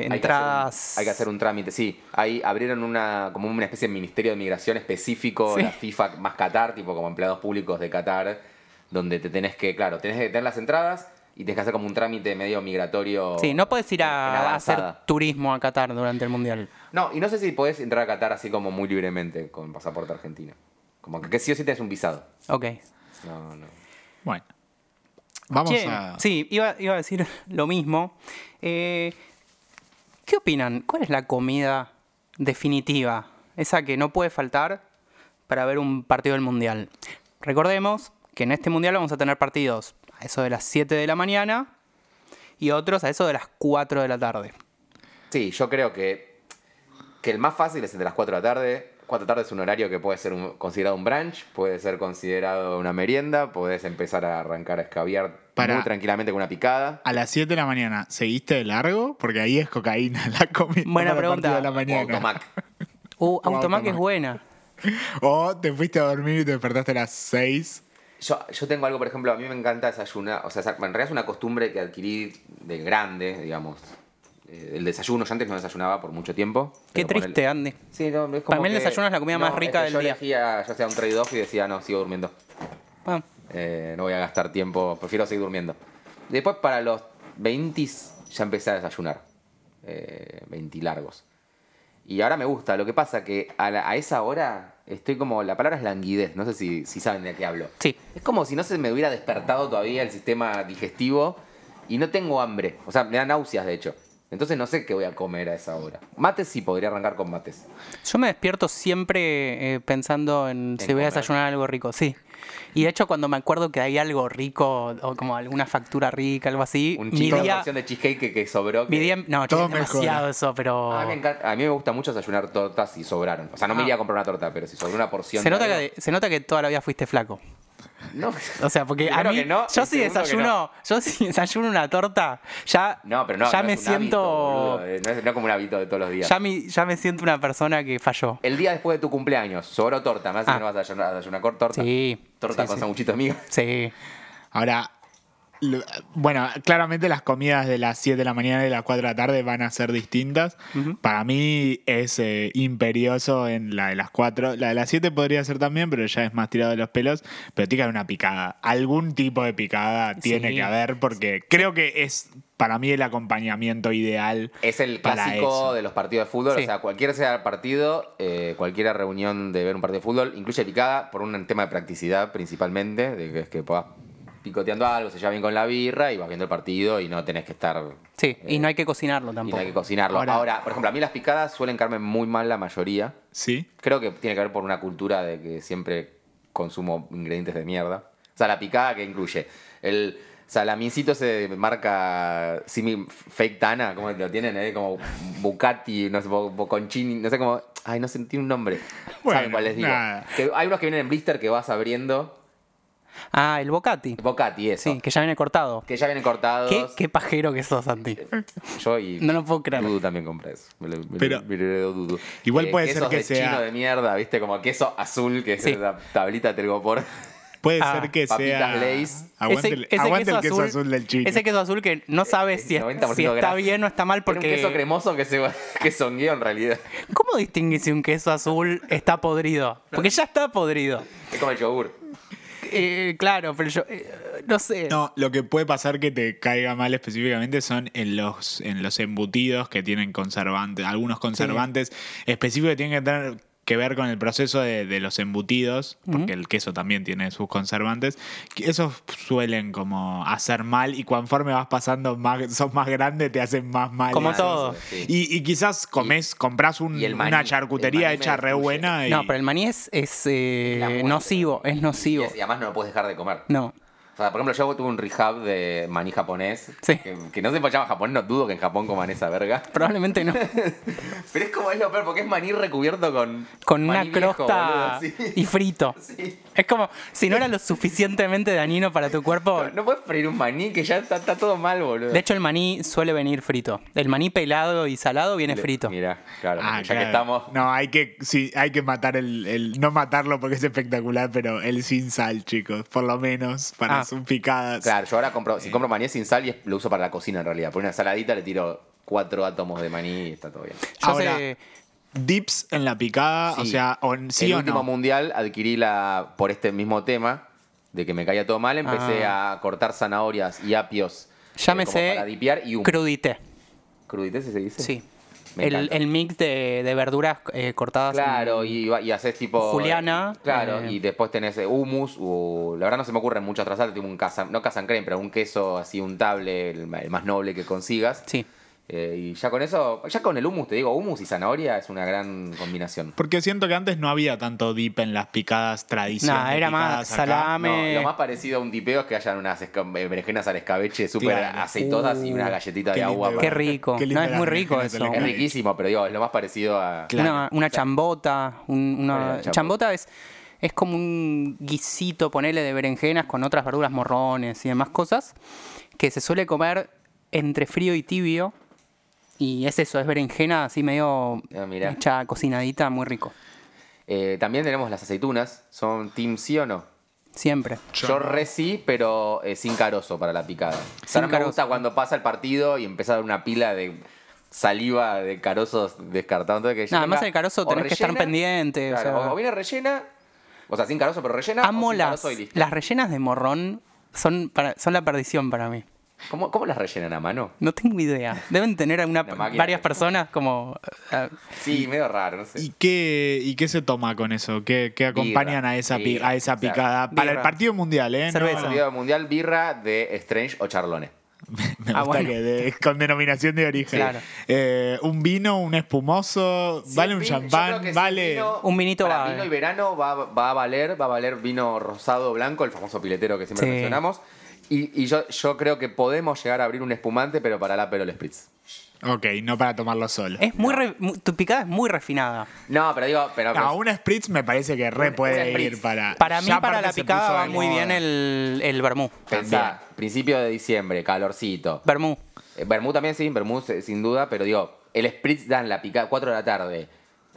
Speaker 1: Hay que hacer un-
Speaker 3: entradas.
Speaker 1: Hay que hacer un trámite, sí. Ahí abrieron una como una especie de ministerio de migración específico,
Speaker 3: Sí.
Speaker 1: la FIFA más Qatar, tipo como empleados públicos de Qatar, donde te tenés que, claro, tenés que tener las entradas y tenés que hacer como un trámite medio migratorio.
Speaker 3: Sí, no podés ir
Speaker 1: en- en
Speaker 3: a, a hacer
Speaker 1: avanzada.
Speaker 3: turismo a Qatar durante el mundial.
Speaker 1: No, y no sé si podés entrar a Qatar así como muy libremente con pasaporte argentino. Como que, que sí o sí tenés un visado.
Speaker 3: Ok.
Speaker 1: No, no.
Speaker 2: Bueno. Vamos
Speaker 3: Che,
Speaker 2: a.
Speaker 3: Sí, iba, iba a decir lo mismo. Eh, ¿Qué opinan? ¿Cuál es la comida definitiva? Esa que no puede faltar para ver un partido del Mundial. Recordemos que en este Mundial vamos a tener partidos a eso de las 7 de la mañana y otros a eso de las 4 de la tarde.
Speaker 1: Sí, yo creo que, que el más fácil es el de las 4 de la tarde. 4 de la tarde es un horario que puede ser un- considerado un brunch, puede ser considerado una merienda, podés empezar a arrancar a escabiar
Speaker 2: Pará.
Speaker 1: muy tranquilamente con una picada.
Speaker 2: A las 7 de la mañana, ¿seguiste de largo? Porque ahí es cocaína la comida. para
Speaker 3: Buena
Speaker 2: el
Speaker 3: pregunta.
Speaker 2: partido de la
Speaker 1: O
Speaker 2: mañana.
Speaker 1: automac.
Speaker 3: Uh,
Speaker 2: Wow,
Speaker 3: Automac es
Speaker 2: Automac.
Speaker 3: buena.
Speaker 2: O te fuiste a dormir y te despertaste a las 6.
Speaker 1: Yo, yo tengo algo, por ejemplo, a mí me encanta desayunar. O sea, en realidad es una costumbre que adquirí de grande, digamos. Eh, El desayuno, yo antes no desayunaba por mucho tiempo.
Speaker 3: Qué
Speaker 1: pero ponele-
Speaker 3: triste, Andy.
Speaker 1: Sí, no, es como
Speaker 3: Para mí el
Speaker 1: que-
Speaker 3: desayuno es la comida
Speaker 1: no,
Speaker 3: más rica
Speaker 1: que
Speaker 3: del
Speaker 1: yo
Speaker 3: día.
Speaker 1: elegía, ya sea un trade-off y decía, no, sigo durmiendo.
Speaker 3: Ah,
Speaker 1: Eh, no voy a gastar tiempo, prefiero seguir durmiendo. Después, para los 20 ya empecé a desayunar. Eh, 20 largos. Y ahora me gusta. Lo que pasa que a, la- a esa hora estoy como. La palabra es languidez. No sé si, si saben de qué hablo.
Speaker 3: Sí.
Speaker 1: Es como si no se me hubiera despertado todavía el sistema digestivo y no tengo hambre. O sea, me da náuseas, de hecho. Entonces no sé qué voy a comer a esa hora. Mates sí, podría arrancar con mates.
Speaker 3: Yo me despierto siempre eh, pensando en si voy a
Speaker 1: comer.
Speaker 3: desayunar algo rico, sí. Y de hecho cuando me acuerdo que hay algo rico o como alguna factura rica, algo así,
Speaker 1: Un
Speaker 3: mi
Speaker 1: chico, una
Speaker 3: día,
Speaker 1: porción de cheesecake que, que sobró.
Speaker 3: mi
Speaker 1: que-
Speaker 3: día- em, no, che,
Speaker 2: Todo
Speaker 3: es demasiado
Speaker 2: mejora.
Speaker 3: eso, pero
Speaker 1: A mí, Ah, me encanta- a mí me gusta mucho desayunar tortas si sobraron. O sea, no me
Speaker 3: Ah.
Speaker 1: iría a comprar una torta, pero si sobró una porción.
Speaker 3: se
Speaker 1: de
Speaker 3: nota,
Speaker 1: algo-
Speaker 3: que, se nota que toda la vida fuiste flaco.
Speaker 1: No,
Speaker 3: O sea, porque a
Speaker 1: Primero
Speaker 3: mí,
Speaker 1: que no,
Speaker 3: yo
Speaker 1: y
Speaker 3: si
Speaker 1: segundo que
Speaker 3: desayuno,
Speaker 1: no.
Speaker 3: yo si desayuno una torta, ya,
Speaker 1: no, pero no.
Speaker 3: ya
Speaker 1: no
Speaker 3: me
Speaker 1: es un hábito,
Speaker 3: siento,
Speaker 1: boludo, eh, no es no es como un hábito de todos los días.
Speaker 3: ya, mi- ya me siento una persona que falló.
Speaker 1: El día después de tu cumpleaños, sobró torta. Me hace
Speaker 3: Ah.
Speaker 1: que no vas a desayunar, a desayunar con torta.
Speaker 3: Sí,
Speaker 1: Torta
Speaker 3: sí,
Speaker 1: con
Speaker 3: sí.
Speaker 1: sanguchitos de miga.
Speaker 3: Sí.
Speaker 2: Ahora, lo- bueno, claramente las comidas de las 7 de la mañana y de las 4 de la tarde van a ser distintas. Para mí es eh, imperioso en la de las 4. La de las 7 podría ser también, pero ya es más tirado de los pelos. Pero tiene que haber una picada. Algún tipo de picada tiene
Speaker 3: Sí.
Speaker 2: que haber porque creo que es para mí el acompañamiento ideal.
Speaker 1: Es el
Speaker 2: para
Speaker 1: clásico
Speaker 2: eso.
Speaker 1: de los partidos de fútbol.
Speaker 3: Sí.
Speaker 1: O sea, cualquier sea el partido, eh, cualquier reunión de ver un partido de fútbol, incluye picada por un tema de practicidad principalmente, de que es que puedas picoteando algo, se lleva bien con la birra y vas viendo el partido y no tenés que estar
Speaker 3: Sí, y
Speaker 1: Eh,
Speaker 3: no hay que cocinarlo
Speaker 1: Y
Speaker 3: tampoco.
Speaker 1: no hay que cocinarlo.
Speaker 2: Ahora-
Speaker 1: Ahora, por ejemplo, a mí las picadas suelen caerme muy mal la mayoría.
Speaker 2: ¿Sí?
Speaker 1: Creo que tiene que ver por una cultura de que siempre consumo ingredientes de mierda. O sea, la picada que incluye el salamincito se marca simi- fake tana, como lo tienen, eh? como bucati, no sé, bo- boconcini, no sé cómo, ay, no sé, tiene un nombre.
Speaker 2: Bueno,
Speaker 1: ¿Saben cuál les digo?
Speaker 2: nada.
Speaker 1: Que hay unos que vienen en blister que vas abriendo,
Speaker 3: Ah, el bocati.
Speaker 1: bocati eso.
Speaker 3: Sí, que ya viene cortado.
Speaker 1: Que ya vienen cortados.
Speaker 3: ¿Qué, qué pajero que sos, Santi.
Speaker 1: Eh, Yo y
Speaker 3: No lo puedo creer.
Speaker 1: Dudu también compra eso. Me lo, me
Speaker 2: Pero-
Speaker 1: lo- me lo heredó Dudu.
Speaker 2: Igual puede ser
Speaker 1: quesos
Speaker 2: que
Speaker 1: de
Speaker 2: sea-
Speaker 1: chino de mierda, ¿viste? Como queso azul, que es
Speaker 3: Sí.
Speaker 1: la tablita de telgopor.
Speaker 2: Puede
Speaker 3: Ah,
Speaker 2: ser que
Speaker 1: papitas
Speaker 2: sea.
Speaker 1: Lay's.
Speaker 2: Aguante, el- aguante el queso azul, del chino.
Speaker 3: Ese queso azul que
Speaker 1: Eh,
Speaker 3: no sabes si, es-
Speaker 1: 90%
Speaker 3: si está
Speaker 1: grasa.
Speaker 3: bien o está mal
Speaker 1: Porque...
Speaker 3: porque...
Speaker 1: un queso cremoso que se que songueó en realidad.
Speaker 3: ¿Cómo distinguís si un queso azul está podrido? Porque ya está podrido.
Speaker 1: Es como el yogur.
Speaker 3: Eh, claro, pero yo... eh, no sé.
Speaker 2: No, lo que puede pasar que te caiga mal específicamente son en los, en los embutidos que tienen conservantes, algunos conservantes específicos que tienen que tener que ver con el proceso de, de los embutidos, porque el queso también tiene sus conservantes, que esos suelen como hacer mal y conforme vas pasando más, sos más grande, te hacen más mal.
Speaker 3: Como
Speaker 2: esas-
Speaker 3: todo.
Speaker 1: Sí.
Speaker 2: Y, y quizás comes, compras un-
Speaker 1: y el maní,
Speaker 2: una
Speaker 1: el
Speaker 2: charcutería
Speaker 1: maní me
Speaker 2: hecha re
Speaker 1: destruye.
Speaker 2: buena y
Speaker 3: No, pero el maní es, es, eh,
Speaker 1: La muerte.
Speaker 3: nocivo, es
Speaker 1: Y,
Speaker 3: nocivo.
Speaker 1: es- y además no lo puedes dejar de comer.
Speaker 3: No.
Speaker 1: O sea, por ejemplo, yo tuve un rehab de maní japonés.
Speaker 3: Sí.
Speaker 1: Que, que no se llama japonés, no dudo que en Japón coman esa verga.
Speaker 3: Probablemente no.
Speaker 1: Pero es como es lo peor, porque es maní recubierto con.
Speaker 3: Con una
Speaker 1: maní viejo,
Speaker 3: crosta
Speaker 1: boludo, sí.
Speaker 3: y frito.
Speaker 1: Sí.
Speaker 3: Es como, si no era lo suficientemente dañino para tu cuerpo,
Speaker 1: No, no puedes freír un maní que ya está, está todo mal, boludo.
Speaker 3: De hecho, el maní suele venir frito. El maní pelado y salado viene frito.
Speaker 1: Mira, claro,
Speaker 2: Ah,
Speaker 1: ya
Speaker 2: claro.
Speaker 1: que estamos.
Speaker 2: No, hay que, sí, hay que matar el, el- No matarlo porque es espectacular, pero el sin sal, chicos. Por lo menos para
Speaker 3: Ah.
Speaker 2: sus picadas.
Speaker 1: Claro, yo ahora compro,
Speaker 2: Eh.
Speaker 1: si compro maní sin sal y es- lo uso para la cocina en realidad. Por una saladita le tiro cuatro átomos de maní y está todo bien.
Speaker 3: Yo
Speaker 2: Ahora,
Speaker 3: sé-
Speaker 2: Dips en la picada, o
Speaker 3: Ah,
Speaker 1: Sí.
Speaker 2: sea, o- sí
Speaker 1: el
Speaker 2: o
Speaker 1: último
Speaker 2: no.
Speaker 1: mundial adquirí la por este mismo tema de que me caía todo mal, empecé a cortar zanahorias y apios.
Speaker 3: Ah. ya
Speaker 1: eh,
Speaker 3: me
Speaker 1: como
Speaker 3: sé.
Speaker 1: Para dipear y un
Speaker 3: Crudité.
Speaker 1: crudité, si se dice.
Speaker 3: Sí.
Speaker 1: Me
Speaker 3: el,
Speaker 1: encanta.
Speaker 3: el mix de, de verduras eh, cortadas. en-
Speaker 1: Claro, y, va- y haces tipo.
Speaker 3: Juliana,
Speaker 1: Claro,
Speaker 3: eh,
Speaker 1: y después tenés eh, hummus, o. La verdad no se me ocurren muchas otras salsas, tipo un casan, no casan creme, pero un queso así untable, el, ma- el más noble que consigas.
Speaker 3: Sí.
Speaker 1: Eh, y ya con eso, ya con el hummus, te digo, hummus y zanahoria es una gran combinación.
Speaker 2: Porque siento que antes no había tanto dip en las picadas tradicionales.
Speaker 3: Nah, era más
Speaker 1: No,
Speaker 3: salame.
Speaker 1: lo más parecido a un tipeo es que hayan unas esca- eh, berenjenas al escabeche súper
Speaker 2: Claro.
Speaker 1: aceitosas y una
Speaker 2: Uh,
Speaker 1: galletita
Speaker 2: qué
Speaker 1: de agua.
Speaker 2: lindo.
Speaker 1: para-
Speaker 3: Qué rico.
Speaker 2: Qué
Speaker 3: no,
Speaker 2: linda
Speaker 3: es
Speaker 2: la
Speaker 3: muy rico
Speaker 2: berenjena, se
Speaker 3: eso.
Speaker 2: le
Speaker 1: Es
Speaker 3: Una,
Speaker 2: cae.
Speaker 1: riquísimo, pero digo, es lo más parecido a.
Speaker 2: Claro.
Speaker 3: una chambota. un-
Speaker 1: Bueno, la
Speaker 3: una,
Speaker 1: chambota.
Speaker 3: chambota es, es como un guisito, ponele, de berenjenas con otras verduras morrones y demás cosas que se suele comer entre frío y tibio. Y es eso, es berenjena así medio
Speaker 1: Ah, mirá.
Speaker 3: hecha cocinadita, muy rico.
Speaker 1: Eh, también tenemos las aceitunas. ¿Son team sí o no?
Speaker 3: Siempre.
Speaker 1: Yo, re sí, pero eh, sin carozo para la picada. O sea,
Speaker 3: Sin
Speaker 1: no me
Speaker 3: carozo.
Speaker 1: gusta cuando pasa el partido y empieza a dar una pila de saliva de carozos descartados. Entonces, que ya
Speaker 3: Nada,
Speaker 1: tenga
Speaker 3: más el carozo
Speaker 1: o
Speaker 3: tenés que estar pendiente, o
Speaker 1: claro, O,
Speaker 3: sea.
Speaker 1: o viene rellena, o sea, sin carozo, pero rellena. o
Speaker 3: Amo
Speaker 1: sin
Speaker 3: las,
Speaker 1: carozo y listo.
Speaker 3: las rellenas de morrón. Son, para, son la perdición para mí.
Speaker 1: ¿Cómo, cómo las rellenan a mano?
Speaker 3: No tengo idea. Deben tener alguna,
Speaker 1: Una máquina.
Speaker 3: varias personas como... eh,
Speaker 1: Sí, medio raro, no sé.
Speaker 2: ¿Y qué, ¿Y qué se toma con eso? ¿Qué, qué acompañan
Speaker 1: Birra,
Speaker 2: a esa, pi-
Speaker 1: birra,
Speaker 2: a esa
Speaker 1: o sea,
Speaker 2: picada? Para el
Speaker 3: birra.
Speaker 2: partido mundial, ¿eh? No,
Speaker 3: Cerveza.
Speaker 1: Partido mundial, birra de Strange o Charlone.
Speaker 2: me gusta
Speaker 3: Ah, bueno.
Speaker 2: que de- con denominación de origen.
Speaker 3: Claro.
Speaker 2: Eh, un vino, un espumoso, vale un
Speaker 1: Sin vin- yo creo que
Speaker 2: champán,
Speaker 1: sin
Speaker 2: vale...
Speaker 1: vino-
Speaker 3: Un vinito
Speaker 1: para
Speaker 3: va a
Speaker 1: vino
Speaker 3: haber.
Speaker 1: y verano va, va a valer, va a valer vino rosado blanco, el famoso piletero que siempre
Speaker 3: Sí.
Speaker 1: mencionamos. Y, y yo, yo creo que podemos llegar a abrir un espumante, pero para la Perol Spritz.
Speaker 2: Ok, no para tomarlo solo.
Speaker 3: es muy re- mu- tu picada es muy refinada.
Speaker 1: No, pero digo, pero,
Speaker 2: No, un spritz me parece que re
Speaker 1: Un-
Speaker 2: puede
Speaker 1: un spritz.
Speaker 2: ir para...
Speaker 3: Para mí,
Speaker 2: Ya
Speaker 3: para
Speaker 2: aparte
Speaker 3: la
Speaker 2: se
Speaker 3: picada
Speaker 2: puso
Speaker 3: va
Speaker 2: de
Speaker 3: muy
Speaker 2: moda.
Speaker 3: bien el, el vermú.
Speaker 1: pensá, principio de diciembre, calorcito.
Speaker 3: Vermú.
Speaker 1: Eh, Bermú también sí, Bermú se- sin duda, pero digo, el Spritz dan la picada 4 de la tarde,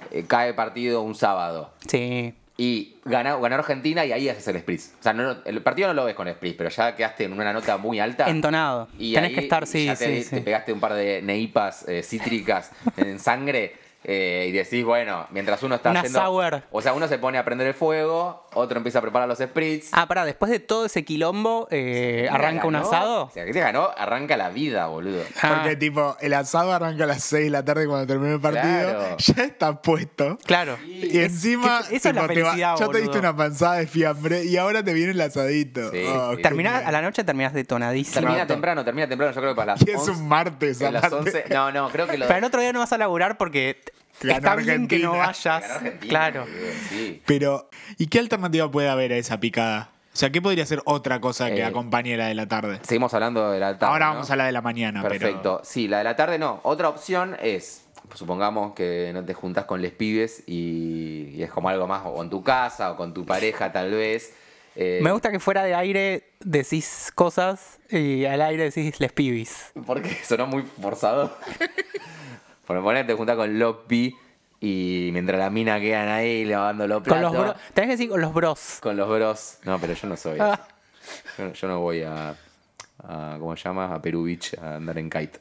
Speaker 1: eh, cae partido un sábado.
Speaker 3: Sí.
Speaker 1: Y gana- ganó, Argentina y ahí haces el Spritz. O sea, no- no- el partido no lo ves con Spritz, pero ya quedaste en una nota muy alta.
Speaker 3: Entonado.
Speaker 1: Y
Speaker 3: Tenés
Speaker 1: ahí
Speaker 3: que estar, sí,
Speaker 1: ya
Speaker 3: sí,
Speaker 1: te,
Speaker 3: sí.
Speaker 1: te pegaste un par de neipas eh, cítricas en sangre eh, y decís, bueno, mientras uno está
Speaker 3: Una
Speaker 1: haciendo...
Speaker 3: sour.
Speaker 1: O sea, uno se pone a prender el fuego, otro empieza a preparar los Spritz.
Speaker 3: Ah, pará, después de todo ese quilombo, eh,
Speaker 1: Argentina
Speaker 3: arranca un
Speaker 1: ganó,
Speaker 3: asado.
Speaker 1: O sea, que te ganó, arranca la vida, boludo.
Speaker 3: Ah,
Speaker 2: Porque, tipo, el asado arranca a las 6 de la tarde cuando termina el partido.
Speaker 1: Claro.
Speaker 2: Ya está puesto.
Speaker 3: claro.
Speaker 2: Y encima,
Speaker 3: eso es la
Speaker 2: tipo, te va-
Speaker 3: felicidad,
Speaker 2: ya te diste
Speaker 3: boludo.
Speaker 2: una panzada de fiambre y ahora te viene el asadito.
Speaker 1: Sí,
Speaker 2: Oh,
Speaker 1: sí.
Speaker 2: qué
Speaker 3: Terminás- a la noche terminás detonadísimo.
Speaker 1: Termina
Speaker 2: rato.
Speaker 1: temprano, termina temprano, yo creo que para las
Speaker 2: Y es
Speaker 1: 11,
Speaker 2: un martes,
Speaker 1: a las
Speaker 2: aparte.
Speaker 1: 11, no, no, creo que lo...
Speaker 3: Pero el otro día no vas a laburar porque
Speaker 2: Ganó
Speaker 3: está bien que
Speaker 2: Argentina.
Speaker 3: no
Speaker 1: ganó
Speaker 3: vayas.
Speaker 1: Argentina,
Speaker 3: Claro.
Speaker 1: boludo, sí.
Speaker 2: Pero, ¿y qué alternativa puede haber a esa picada? O sea, ¿qué podría ser otra cosa que
Speaker 1: Eh,
Speaker 2: acompañe la de la tarde?
Speaker 1: Seguimos hablando de la tarde,
Speaker 2: Ahora
Speaker 1: ¿no?
Speaker 2: vamos a la de la mañana, pero-
Speaker 1: Perfecto. Sí, la de la tarde no. Otra opción es, supongamos que no te juntás con les pibes y, y es como algo más, o con tu casa, o con tu pareja tal vez. Eh,
Speaker 3: Me gusta que fuera de aire decís cosas y al aire decís les pibis.
Speaker 1: Porque sonó muy forzado. Por poner, te juntás con Lopi y mientras la mina quedan ahí lavando los
Speaker 3: Con
Speaker 1: platos.
Speaker 3: los bros. Tenés que decir con los bros.
Speaker 1: con los bros. No, pero yo no soy. eso. Yo, no- yo no voy a, a- ¿Cómo se llama? A Perú Beach a andar en kite.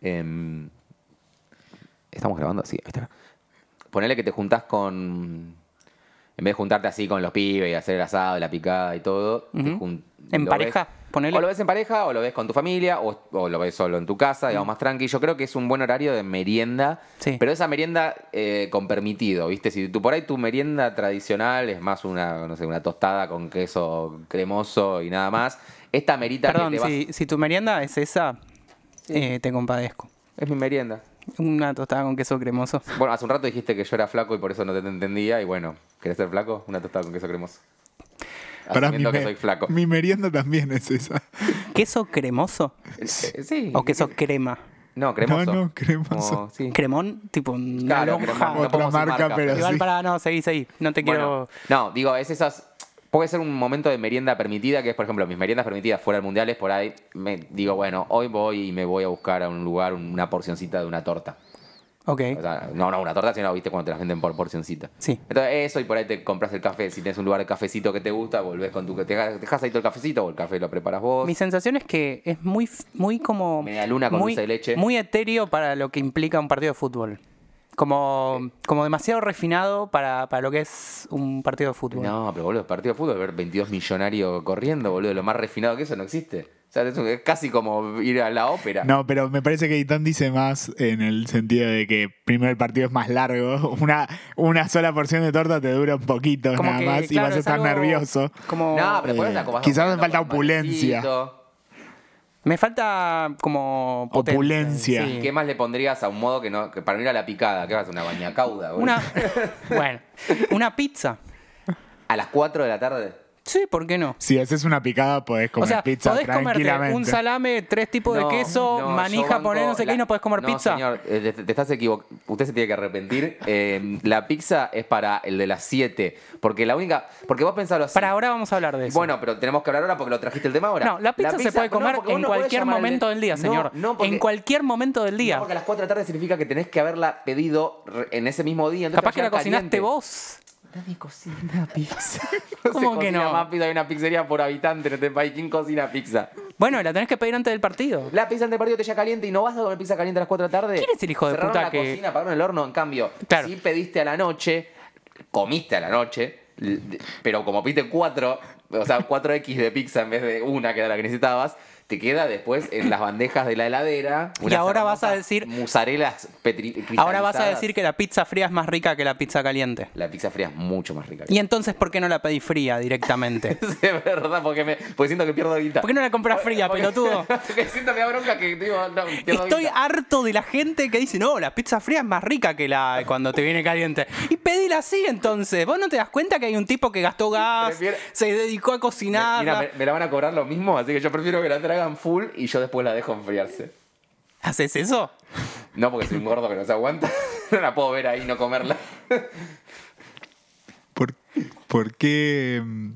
Speaker 1: Em, ¿Estamos grabando? Sí, ahí está. Ponele que te juntás con. En vez de juntarte así con los pibes y hacer el asado, la picada y todo. te jun-
Speaker 3: En
Speaker 1: lo
Speaker 3: pareja, ponele.
Speaker 1: O lo ves en pareja, o lo ves con tu familia, o, o lo ves solo en tu casa, digamos, más tranqui. Yo creo que es un buen horario de merienda.
Speaker 3: Mm. Sí.
Speaker 1: Pero esa merienda eh, con permitido, ¿viste? Si tú por ahí tu merienda tradicional es más una, no sé, una tostada con queso cremoso y nada más. Esta merita
Speaker 3: Perdón,
Speaker 1: que te
Speaker 3: si, si tu merienda es esa, eh, te compadezco.
Speaker 1: vas... Es mi merienda.
Speaker 3: Una tostada con queso cremoso.
Speaker 1: Bueno, hace un rato dijiste que yo era flaco y por eso no te entendía. Y bueno, ¿querés ser flaco? Una tostada con queso cremoso.
Speaker 2: Pará,
Speaker 1: Asumiendo que
Speaker 2: me-
Speaker 1: soy flaco.
Speaker 2: mi merienda también es esa.
Speaker 3: ¿Queso cremoso?
Speaker 1: Eh, Sí.
Speaker 3: ¿O queso crema?
Speaker 1: No, cremoso.
Speaker 2: No, no, cremoso.
Speaker 1: Como- sí.
Speaker 3: ¿Cremón? Tipo una
Speaker 1: Claro,
Speaker 3: lonja.
Speaker 1: cremón.
Speaker 2: Otra
Speaker 1: podemos decir
Speaker 2: marca, pero
Speaker 3: Igual
Speaker 2: sí.
Speaker 3: para, no, seguí, seguí. No te
Speaker 1: Bueno,
Speaker 3: quiero.
Speaker 1: no, digo, es esas. Puede ser un momento de merienda permitida, que es, por ejemplo, mis meriendas permitidas fuera del mundial es por ahí. Me digo, bueno, hoy voy y me voy a buscar a un lugar una porcioncita de una torta.
Speaker 3: Ok.
Speaker 1: O sea, no, no, una torta, sino, viste, cuando te la venden por porcioncita.
Speaker 3: Sí.
Speaker 1: Entonces, eso, y por ahí te compras el café. Si tienes un lugar de cafecito que te gusta, volvés con tu. Te dejas- dejás ahí todo el cafecito o el café lo preparas vos.
Speaker 3: Mi sensación es que es muy, muy como.
Speaker 1: Media luna con
Speaker 3: muy,
Speaker 1: dulce de leche.
Speaker 3: Muy etéreo para lo que implica un partido de fútbol. Como, como demasiado refinado para, para lo que es un partido de fútbol.
Speaker 1: No, pero boludo, partido de fútbol, ver 22 millonarios corriendo, boludo, lo más refinado que eso no existe. sea, es, un- es casi como ir a la ópera.
Speaker 2: No, pero me parece que Itán dice más en el sentido de que primero el partido es más largo. Una, una sola porción de torta te dura un poquito
Speaker 3: Como
Speaker 2: nada
Speaker 3: que,
Speaker 2: más y
Speaker 3: claro,
Speaker 2: vas a
Speaker 3: es
Speaker 2: estar
Speaker 3: algo
Speaker 2: nervioso.
Speaker 3: Como,
Speaker 1: No, pero por
Speaker 2: Eh,
Speaker 1: ahí la copa-
Speaker 2: quizás
Speaker 1: la
Speaker 2: me falta
Speaker 1: copa
Speaker 2: opulencia.
Speaker 1: panecito.
Speaker 3: Me falta como.
Speaker 2: Opulencia.
Speaker 1: ¿Qué más le pondrías a un modo que no que para no ir a la picada? ¿Qué vas a hacer? Una bañacauda, boludo?
Speaker 3: Una. bueno, una pizza.
Speaker 1: A las 4 de la tarde.
Speaker 3: Sí, ¿por qué no?
Speaker 2: Si haces una picada, podés comer
Speaker 3: o sea,
Speaker 2: pizza
Speaker 3: podés comerte
Speaker 2: tranquilamente.
Speaker 3: un salame, tres tipos
Speaker 1: No,
Speaker 3: de queso,
Speaker 1: no, yo
Speaker 3: manija,
Speaker 1: banco
Speaker 3: poner no sé qué
Speaker 1: la-
Speaker 3: y no podés comer
Speaker 1: no,
Speaker 3: pizza.
Speaker 1: Señor, eh, te, te estás equivocando. Usted se tiene que arrepentir. Eh, la pizza es para el de las 7. Porque la única. Porque vos pensalo así.
Speaker 3: Para ahora vamos a hablar de eso.
Speaker 1: Bueno, pero tenemos que hablar ahora porque lo trajiste el tema ahora.
Speaker 3: no, la pizza, se puede
Speaker 1: no,
Speaker 3: comer
Speaker 1: porque vos
Speaker 3: en
Speaker 1: no podés
Speaker 3: cualquier
Speaker 1: llamar al de-
Speaker 3: momento del día,
Speaker 1: No,
Speaker 3: señor.
Speaker 1: no, porque-
Speaker 3: en cualquier momento del
Speaker 1: no,
Speaker 3: día.
Speaker 1: porque a las 4 de la tarde significa que tenés que haberla pedido re- en ese mismo día. entonces
Speaker 3: Capaz que
Speaker 1: va a
Speaker 3: la
Speaker 1: llegar
Speaker 3: cocinaste
Speaker 1: caliente.
Speaker 3: vos.
Speaker 1: Nadie cocina pizza.
Speaker 3: ¿Cómo que no?
Speaker 1: Más pizza, hay una pizzería por habitante en este país. ¿Quién cocina pizza?
Speaker 3: Bueno, la tenés que pedir antes del partido.
Speaker 1: La pizza ante el partido te llega caliente y no vas a comer pizza caliente a las 4 de la tarde.
Speaker 3: ¿Quién es el hijo de
Speaker 1: Cerraron
Speaker 3: puta
Speaker 1: la
Speaker 3: que-
Speaker 1: cocina, apagaron el horno. En cambio,
Speaker 3: Claro.
Speaker 1: si pediste a la noche, comiste a la noche, l- de- pero como pediste 4, o sea, 4X de pizza en vez de una que era la que necesitabas, te queda después en las bandejas de la heladera.
Speaker 3: Y
Speaker 1: unas
Speaker 3: ahora vas a
Speaker 1: hermosas
Speaker 3: decir-
Speaker 1: Musarelas petri-
Speaker 3: Ahora vas a
Speaker 1: cristalizadas.
Speaker 3: decir que la pizza fría es más rica que la pizza caliente.
Speaker 1: La pizza fría es mucho más rica. que-
Speaker 3: Y entonces, ¿por qué no la pedí fría directamente?
Speaker 1: De verdad, porque, me, porque siento que pierdo guita.
Speaker 3: ¿Por qué no la compras fría,
Speaker 1: Porque-
Speaker 3: pelotudo?
Speaker 1: Porque siento que me da bronca que digo, no, pierdo
Speaker 3: Estoy
Speaker 1: guita.
Speaker 3: harto de la gente que dice, no, la pizza fría es más rica que la de cuando te viene caliente. Y pedíla así entonces. ¿Vos no te das cuenta que hay un tipo que gastó gas,
Speaker 1: Prefiero-
Speaker 3: se dedicó a cocinar?
Speaker 1: Mira, me, me la van a cobrar lo mismo, así que yo prefiero que la traigan full y yo después la dejo enfriarse.
Speaker 3: ¿Haces eso?
Speaker 1: No, porque soy un gordo que no se aguanta. No la puedo ver ahí y no comerla.
Speaker 2: ¿Por, por qué? mm,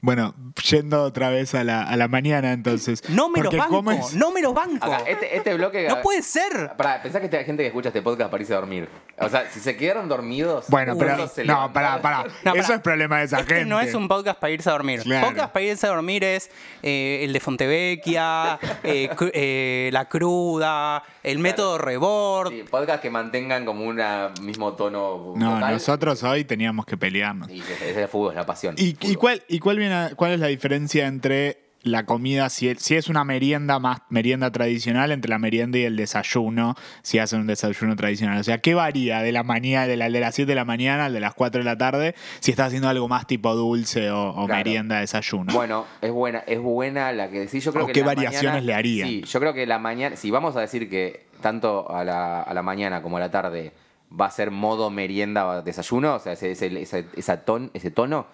Speaker 2: Bueno, yendo otra vez a la, a la mañana, entonces.
Speaker 3: No me los
Speaker 2: Porque
Speaker 3: banco,
Speaker 2: comes-
Speaker 3: no me los banco.
Speaker 1: Acá, este, este bloque.
Speaker 3: Oh. No puede ser.
Speaker 1: Pará, pensá que esta gente que escucha este podcast para irse a dormir. O sea, si se quedaron dormidos.
Speaker 2: Bueno,
Speaker 1: uno
Speaker 2: pero.
Speaker 1: se
Speaker 2: No,
Speaker 1: levanta.
Speaker 2: pará, pará.
Speaker 3: No, pará.
Speaker 2: Eso es problema de esa
Speaker 3: Este
Speaker 2: gente.
Speaker 3: no es un podcast para irse a dormir.
Speaker 2: Claro.
Speaker 3: Podcast para irse a dormir es eh, el de Fontevecchia, eh, cru- eh, La Cruda, el método Rebord.
Speaker 1: Sí, podcast que mantengan como un mismo tono.
Speaker 2: No,
Speaker 1: total.
Speaker 2: nosotros hoy teníamos que pelearnos.
Speaker 1: Y es, es el fútbol, es la pasión.
Speaker 2: ¿Y, y
Speaker 1: Fútbol.
Speaker 2: cuál, y cuál, viene a- cuál es la diferencia entre la comida, si, si es una merienda más merienda tradicional, entre la merienda y el desayuno, si hacen un desayuno tradicional? O sea, ¿qué varía de la mañana, de, la- de las 7 de la mañana al de las 4 de la tarde, si estás haciendo algo más tipo dulce o, o
Speaker 1: Claro.
Speaker 2: merienda desayuno?
Speaker 1: Bueno, es buena, es buena la que decís. Yo creo
Speaker 2: ¿O
Speaker 1: que
Speaker 2: qué
Speaker 1: la
Speaker 2: variaciones
Speaker 1: mañana-
Speaker 2: le harían?
Speaker 1: Sí, yo creo que la mañana, si vamos a decir que tanto a la, a la mañana como a la tarde va a ser modo merienda o desayuno, o sea, ese, ese- esa- esa ton- ese tono,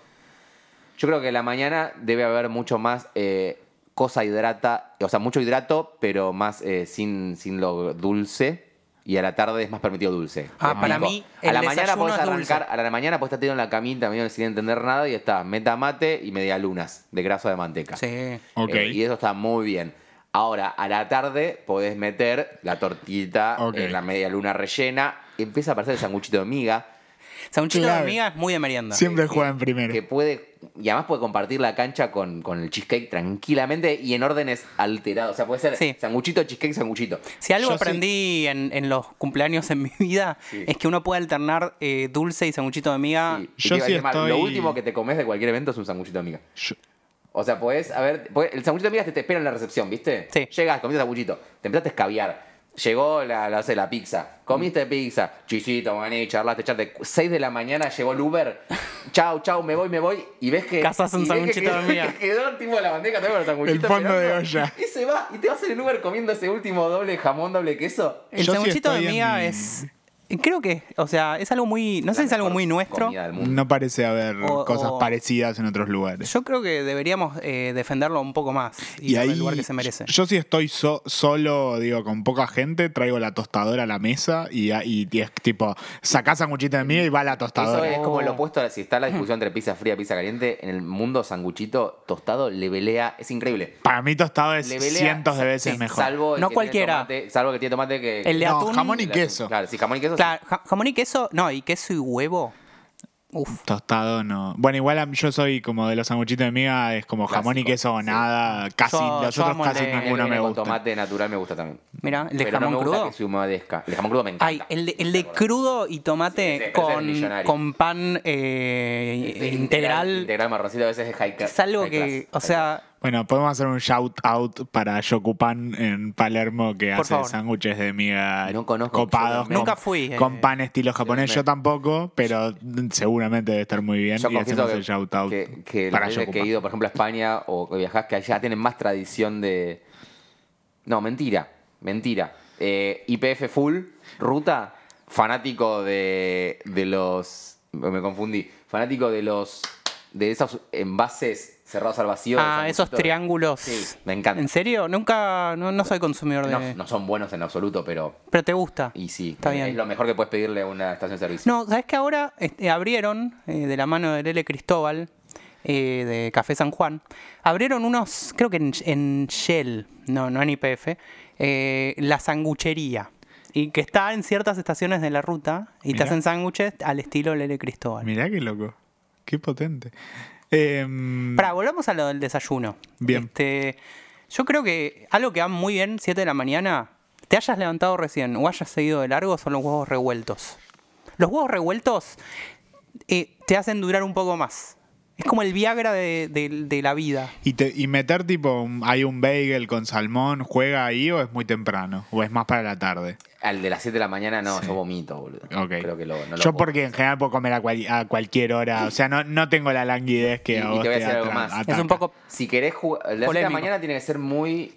Speaker 1: yo creo que la mañana debe haber mucho más eh, cosa hidrata, o sea, mucho hidrato, pero más eh, sin, sin lo dulce. Y a la tarde es más permitido dulce.
Speaker 3: Ah,
Speaker 1: Me
Speaker 3: para
Speaker 1: explico.
Speaker 3: mí el
Speaker 1: a la mañana
Speaker 3: desayuno
Speaker 1: podés
Speaker 3: es dulce.
Speaker 1: arrancar, a la mañana pues estar tirado en la camita medio sin entender nada y está meta mate y media lunas de grasa de manteca.
Speaker 3: Sí.
Speaker 2: Ok.
Speaker 1: Eh, y eso está muy bien. Ahora, a la tarde podés meter la tortita,
Speaker 2: Ok.
Speaker 1: eh, la media luna rellena, empieza a aparecer el sanguchito de miga,
Speaker 3: Sanguchito de
Speaker 2: Claro.
Speaker 3: amiga es muy de merienda.
Speaker 2: Siempre juegan primero.
Speaker 1: eh, que puede, y además puede compartir la cancha con, con el cheesecake tranquilamente y en órdenes alterados. O sea, puede ser
Speaker 3: Sí.
Speaker 1: sanguchito, cheesecake, sanguchito.
Speaker 3: Si algo
Speaker 2: Yo
Speaker 3: aprendí en, en los cumpleaños en mi vida
Speaker 1: Sí.
Speaker 3: es que uno puede alternar eh, dulce y sanguchito de miga.
Speaker 1: Sí. Y
Speaker 2: Yo
Speaker 1: te iba a
Speaker 2: sí
Speaker 1: decir, Mar, Lo
Speaker 2: estoy-
Speaker 1: último que te comes de cualquier evento es un sanguchito de miga.
Speaker 2: Yo-
Speaker 1: O sea, podés haber. podés- el sanguchito de migas te, te espera en la recepción, ¿viste?
Speaker 3: Sí.
Speaker 1: Llegas, comiste sanguchito, te empezaste a escabiar. Llegó la, la, no sé, la pizza,
Speaker 3: Mm.
Speaker 1: comiste pizza, chisito, maní, charlaste, echaste. 6 de la mañana llegó el Uber, chau, chau, me voy, me voy. Y ves que.
Speaker 3: Cazás un
Speaker 1: y ves que
Speaker 3: sanguchito
Speaker 1: quedó-
Speaker 3: de miga.
Speaker 1: que Quedó tipo la bandeja todavía con los sanguchitos.
Speaker 2: El fondo de
Speaker 1: esperando,
Speaker 2: olla.
Speaker 1: Y se va, y te vas en el Uber comiendo ese último doble jamón, doble queso.
Speaker 3: El
Speaker 2: Yo sí
Speaker 3: sanguchito de
Speaker 2: estoy en
Speaker 3: miga
Speaker 2: mi-
Speaker 3: es. Creo que, o sea, es algo muy. No sé
Speaker 1: La
Speaker 3: si es algo
Speaker 1: mejor
Speaker 3: muy nuestro.
Speaker 1: comida del mundo.
Speaker 2: No parece haber
Speaker 3: O-
Speaker 2: cosas
Speaker 3: o-
Speaker 2: parecidas en otros lugares.
Speaker 3: Yo creo que deberíamos eh, defenderlo un poco más y,
Speaker 2: Y
Speaker 3: darle
Speaker 2: ahí,
Speaker 3: el lugar que se merece.
Speaker 2: Yo, si estoy so- solo, digo, con poca gente, traigo la tostadora a la mesa y, ah, y- y es tipo, sacás sanguchito de mí y va la
Speaker 1: Eso
Speaker 2: tostadora.
Speaker 1: es como
Speaker 3: Oh.
Speaker 1: lo opuesto a si está la discusión entre pizza fría y pizza caliente. En el mundo sanguchito tostado le velea. Es increíble.
Speaker 2: Para mí tostado es
Speaker 1: Le velea-
Speaker 2: cientos de veces
Speaker 1: sí,
Speaker 2: mejor.
Speaker 1: Salvo el
Speaker 3: No
Speaker 1: que tiene
Speaker 3: cualquiera.
Speaker 1: tomate- salvo el que tiene tomate que.
Speaker 3: El de
Speaker 2: No,
Speaker 3: atún.
Speaker 2: jamón y
Speaker 1: el-
Speaker 2: queso.
Speaker 1: Claro, si jamón y queso.
Speaker 3: Claro, ja- jamón y queso. No, y queso y huevo. Uf.
Speaker 2: Tostado no. Bueno, igual a- yo soy como de los sanguchitos de miga, es como jamón y
Speaker 1: Clásico,
Speaker 2: queso o nada. Casi,
Speaker 3: Yo-
Speaker 2: los
Speaker 3: yo
Speaker 2: otros
Speaker 3: amo el
Speaker 2: casi
Speaker 3: de-
Speaker 1: sí. El que
Speaker 2: ninguno
Speaker 1: viene
Speaker 2: me
Speaker 1: con
Speaker 2: gusta.
Speaker 1: tomate natural me gusta también.
Speaker 3: Mira, el de
Speaker 1: Pero no
Speaker 3: jamón
Speaker 1: me gusta
Speaker 3: crudo.
Speaker 1: que se humedezca. El de jamón crudo me encanta.
Speaker 3: Ay, el de, el de crudo y
Speaker 1: Sí, ese-
Speaker 3: tomate
Speaker 1: ese es
Speaker 3: con,
Speaker 1: millonario.
Speaker 3: con pan eh,
Speaker 1: Este
Speaker 3: integral.
Speaker 1: Integral marroncito a veces es high class.
Speaker 3: Es algo
Speaker 1: high
Speaker 3: que,
Speaker 1: class,
Speaker 3: o
Speaker 1: high
Speaker 3: sea,
Speaker 2: Bueno, podemos hacer un shout out para Yocupan en Palermo que
Speaker 3: Por
Speaker 2: hace
Speaker 3: favor.
Speaker 2: sándwiches de miga
Speaker 1: No conozco
Speaker 2: copados.
Speaker 1: absolutamente.
Speaker 2: con-
Speaker 3: Nunca fui, eh.
Speaker 2: Con pan estilo japonés, yo tampoco, pero seguramente debe estar muy bien.
Speaker 1: Yo
Speaker 2: y
Speaker 1: confieso
Speaker 2: hacemos
Speaker 1: que,
Speaker 2: el shout out
Speaker 1: que, que
Speaker 2: para
Speaker 1: las veces que he
Speaker 2: Yocupan.
Speaker 1: ido, por ejemplo, a España o que viajás, que allá tienen más tradición de. No, mentira, mentira. Eh, IPF Full, ruta, fanático de, de los. Me confundí. Fanático de los. De esos envases cerrados al vacío. de
Speaker 3: Ah,
Speaker 1: San
Speaker 3: esos
Speaker 1: Gustavo.
Speaker 3: triángulos.
Speaker 1: Sí, me encanta.
Speaker 3: ¿En serio? Nunca, no, no soy consumidor
Speaker 1: No,
Speaker 3: de...
Speaker 1: no son buenos en absoluto, pero.
Speaker 3: Pero te gusta.
Speaker 1: Y sí,
Speaker 3: Está
Speaker 1: es
Speaker 3: bien.
Speaker 1: lo mejor que puedes pedirle a una estación de servicio.
Speaker 3: No, ¿sabes que ahora este, abrieron, eh, de la mano de Lele Cristóbal, eh, de Café San Juan, abrieron unos, creo que en, en Shell, no, no en IPF, eh, la sanguchería. Y que está en ciertas estaciones de la ruta y
Speaker 2: Mirá.
Speaker 3: te hacen sándwiches al estilo Lele Cristóbal.
Speaker 2: Mirá qué loco. Qué potente. Eh,
Speaker 3: Para, volvamos a lo del desayuno.
Speaker 2: Bien.
Speaker 3: Este, yo creo que algo que va muy bien, 7 de la mañana, te hayas levantado recién o hayas seguido de largo, son los huevos revueltos. Los huevos revueltos eh, te hacen durar un poco más. Es como el Viagra de, de- de la vida.
Speaker 2: y, te- y meter tipo, un- hay un bagel con salmón, ¿juega ahí o es muy temprano? ¿O es más para la tarde?
Speaker 1: Al de las 7 de la mañana no, yo vomito, boludo.
Speaker 2: Ok.
Speaker 1: Creo que lo, no lo
Speaker 2: Yo
Speaker 1: puedo.
Speaker 2: porque en general puedo comer a, cual- a cualquier hora. O sea, no, no tengo la languidez que
Speaker 1: Y-
Speaker 2: a
Speaker 1: y
Speaker 2: vos
Speaker 1: te voy a
Speaker 2: te
Speaker 1: decir algo
Speaker 2: atra-
Speaker 1: más. Es un
Speaker 3: Es
Speaker 2: ataca.
Speaker 3: un poco...
Speaker 1: Si querés jugar. El de las siete de la
Speaker 3: Polémico.
Speaker 1: mañana tiene que ser muy.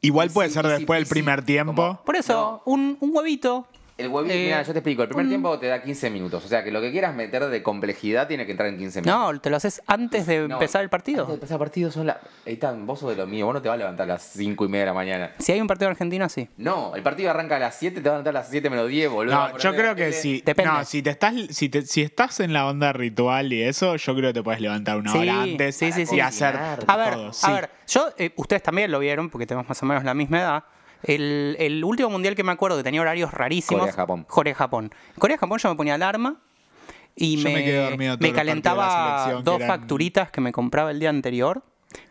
Speaker 2: Igual puede
Speaker 1: Sí,
Speaker 2: ser
Speaker 1: sí,
Speaker 2: después del
Speaker 1: sí,
Speaker 2: primer
Speaker 1: sí,
Speaker 2: tiempo.
Speaker 1: como-
Speaker 3: Por eso, un, un huevito...
Speaker 1: El huevito,
Speaker 3: Eh,
Speaker 1: mira, yo te explico. El primer tiempo te da 15 minutos. O sea que lo que quieras meter de complejidad tiene que entrar en 15 minutos.
Speaker 3: No, te lo haces antes de
Speaker 1: No,
Speaker 3: empezar el partido.
Speaker 1: Antes de empezar el partido son las. Eitan, vos sos de lo mío. Vos no te vas a levantar a las 5 y media de la mañana.
Speaker 3: Si hay un partido argentino, sí.
Speaker 1: No, el partido arranca a las 7, te vas a levantar a las 7 menos 10, boludo.
Speaker 2: No, yo
Speaker 1: Ponete
Speaker 2: creo
Speaker 1: la
Speaker 2: que
Speaker 1: tele.
Speaker 2: si,
Speaker 3: Depende.
Speaker 2: no, si te estás, si, te- si estás en la onda ritual y eso, yo creo que te puedes levantar una
Speaker 3: Sí,
Speaker 2: hora antes
Speaker 3: sí, sí,
Speaker 2: y
Speaker 3: sí.
Speaker 2: hacer
Speaker 1: Cocinar.
Speaker 3: A ver,
Speaker 2: todo,
Speaker 3: a
Speaker 2: sí.
Speaker 3: ver, yo, eh, ustedes también lo vieron, porque tenemos más o menos la misma edad. El, el último mundial que me acuerdo que tenía horarios rarísimos.
Speaker 1: Corea-Japón.
Speaker 3: Corea-Japón. Corea-Japón yo me ponía alarma y
Speaker 2: Yo
Speaker 3: me,
Speaker 2: me quedé dormido todos
Speaker 3: me
Speaker 2: los partidos de la
Speaker 3: calentaba
Speaker 2: selección que
Speaker 3: dos
Speaker 2: eran-
Speaker 3: facturitas que me compraba el día anterior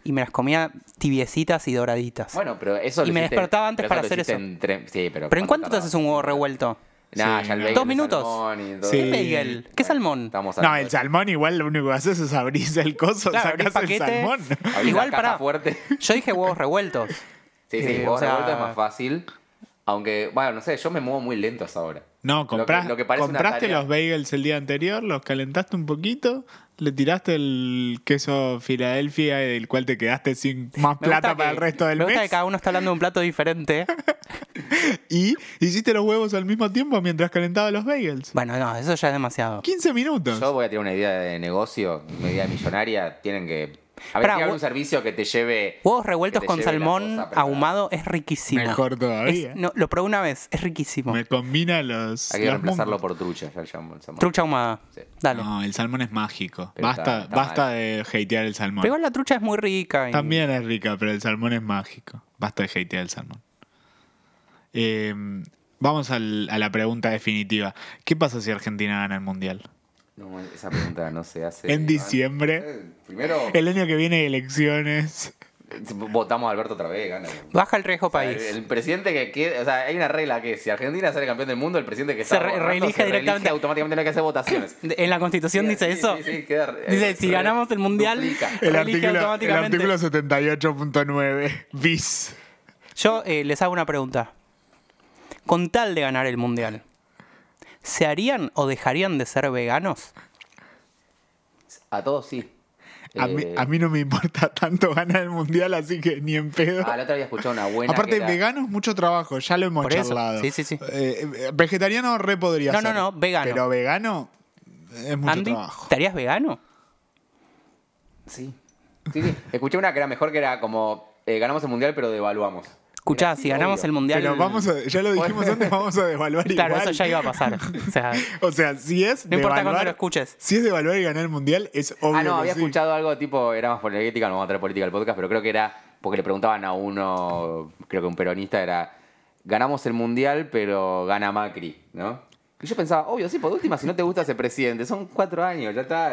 Speaker 3: y me las comía tibiecitas y doraditas.
Speaker 1: Bueno, pero eso
Speaker 3: Y
Speaker 1: lo
Speaker 3: me
Speaker 1: hiciste-
Speaker 3: despertaba antes
Speaker 1: pero
Speaker 3: para
Speaker 1: lo
Speaker 3: hacer
Speaker 1: hiciste
Speaker 3: eso.
Speaker 1: en tre- sí, pero.
Speaker 3: ¿Pero en cuánto te
Speaker 1: tardás?
Speaker 3: haces un huevo revuelto?
Speaker 1: Nah,
Speaker 2: Sí,
Speaker 1: ya el
Speaker 2: no.
Speaker 1: bagel,
Speaker 3: ¿Dos
Speaker 1: el
Speaker 3: minutos?
Speaker 1: salmón y todo.
Speaker 2: Sí.
Speaker 3: ¿Qué bagel? ¿Qué salmón?
Speaker 1: Estamos
Speaker 2: No, el salmón igual lo único que haces es abrís el coso,
Speaker 3: Claro, abrí
Speaker 2: sacás el
Speaker 3: paquete.
Speaker 2: salmón.
Speaker 1: Abrís la
Speaker 3: Igual
Speaker 1: caja
Speaker 3: para.
Speaker 1: fuerte.
Speaker 3: Yo dije huevos revueltos.
Speaker 1: Sí, sí,
Speaker 3: Eh,
Speaker 1: vos
Speaker 3: o sea-
Speaker 1: revuelto es más fácil. Aunque, bueno, no sé, yo me muevo muy lento a esa hora.
Speaker 2: No,
Speaker 1: Lo que-
Speaker 2: comprás,
Speaker 1: lo que parece una
Speaker 2: compraste
Speaker 1: tarea-
Speaker 2: los bagels el día anterior, los calentaste un poquito, le tiraste el queso Filadelfia del cual te quedaste sin más
Speaker 3: Me
Speaker 2: plata
Speaker 3: gusta
Speaker 2: para
Speaker 3: que-
Speaker 2: el resto del
Speaker 3: me gusta que
Speaker 2: mes
Speaker 3: cada uno está hablando de un plato diferente.
Speaker 2: y hiciste los huevos al mismo tiempo mientras calentaba los bagels.
Speaker 3: Bueno, no, eso ya es demasiado.
Speaker 2: 15 minutos.
Speaker 1: Yo voy a tirar una idea de negocio, una idea millonaria. Tienen que. A ver,
Speaker 3: Pará,
Speaker 1: tirar un
Speaker 3: vos-
Speaker 1: servicio que te lleve.
Speaker 3: Huevos revueltos
Speaker 1: que te
Speaker 3: con
Speaker 1: lleve la
Speaker 3: salmón
Speaker 1: cosa preparada.
Speaker 3: ahumado es riquísimo.
Speaker 2: Mejor todavía.
Speaker 3: Es- no, lo probé una vez, es riquísimo.
Speaker 2: Me combina los.
Speaker 1: Hay que
Speaker 2: los
Speaker 1: reemplazarlo
Speaker 2: mundos.
Speaker 1: por trucha, ya el jamón, el salmón.
Speaker 3: Trucha ahumada.
Speaker 1: Sí.
Speaker 3: Dale.
Speaker 2: No, el salmón es mágico.
Speaker 1: Pero
Speaker 2: basta
Speaker 1: está- está
Speaker 2: basta
Speaker 1: mal.
Speaker 2: de hatear el salmón.
Speaker 3: Pero igual la trucha es muy rica. y-
Speaker 2: También es rica, pero el salmón es mágico. Basta de hatear el salmón. Eh, vamos al- a la pregunta definitiva. ¿Qué pasa si Argentina gana el Mundial?
Speaker 1: No, esa pregunta no se hace.
Speaker 2: en diciembre.
Speaker 1: Eh, Primero,
Speaker 2: El año que viene hay elecciones.
Speaker 1: votamos a Alberto otra vez, gana.
Speaker 3: Baja el riesgo
Speaker 1: El,
Speaker 3: país.
Speaker 1: el presidente que quede, o sea, hay una regla que si Argentina sale campeón del mundo, el presidente que
Speaker 3: Se
Speaker 1: está
Speaker 3: re-
Speaker 1: borrando
Speaker 3: reelige
Speaker 1: se
Speaker 3: directamente.
Speaker 1: automáticamente no hay que hacer votaciones.
Speaker 3: En la constitución
Speaker 1: Sí,
Speaker 3: dice
Speaker 1: sí,
Speaker 3: eso.
Speaker 1: sí, sí, queda re- eh,
Speaker 3: dice, si
Speaker 1: re-
Speaker 3: ganamos el mundial,
Speaker 1: duplica. El
Speaker 2: El
Speaker 3: elige
Speaker 2: artículo, el
Speaker 3: automáticamente.
Speaker 2: artículo 78.9. Bis.
Speaker 3: Yo eh, les hago una pregunta. Con tal de ganar el mundial, ¿se harían o dejarían de ser veganos?
Speaker 1: A todos sí.
Speaker 2: A, mí,
Speaker 1: Eh,
Speaker 2: a mí no me importa tanto ganar el mundial, así que ni en pedo.
Speaker 1: Ah, la otra había escuchado una buena.
Speaker 2: Aparte,
Speaker 1: que era-
Speaker 2: veganos, mucho trabajo, ya lo hemos
Speaker 3: Por eso,
Speaker 2: charlado.
Speaker 3: sí, sí, sí.
Speaker 2: Eh, eh, vegetariano re podría
Speaker 3: No,
Speaker 2: ser.
Speaker 3: no, no, vegano.
Speaker 2: Pero vegano es mucho
Speaker 3: Andy,
Speaker 2: trabajo.
Speaker 3: ¿te harías vegano?
Speaker 1: Sí. Sí, sí. Escuché una que era mejor que era como eh, ganamos el mundial, pero devaluamos.
Speaker 3: Escuchá,
Speaker 1: Era así,
Speaker 3: si ganamos
Speaker 1: obvio.
Speaker 3: el mundial.
Speaker 2: Pero vamos a- ya lo dijimos antes, vamos a devaluar
Speaker 3: Claro,
Speaker 2: igual.
Speaker 3: eso ya iba a pasar. O sea,
Speaker 2: O sea, si es
Speaker 3: No importa
Speaker 2: devaluar-
Speaker 3: cuándo lo escuches.
Speaker 2: Si es devaluar y ganar el mundial, es obvio
Speaker 1: Ah, no,
Speaker 2: que
Speaker 1: había
Speaker 2: sí.
Speaker 1: escuchado algo tipo, era más política, no vamos a traer política al podcast, pero creo que era porque le preguntaban a uno, creo que un peronista, era ganamos el mundial, pero gana Macri, ¿no? Que yo pensaba, obvio, sí, por última, si no te gusta ese presidente, son cuatro años, ya está.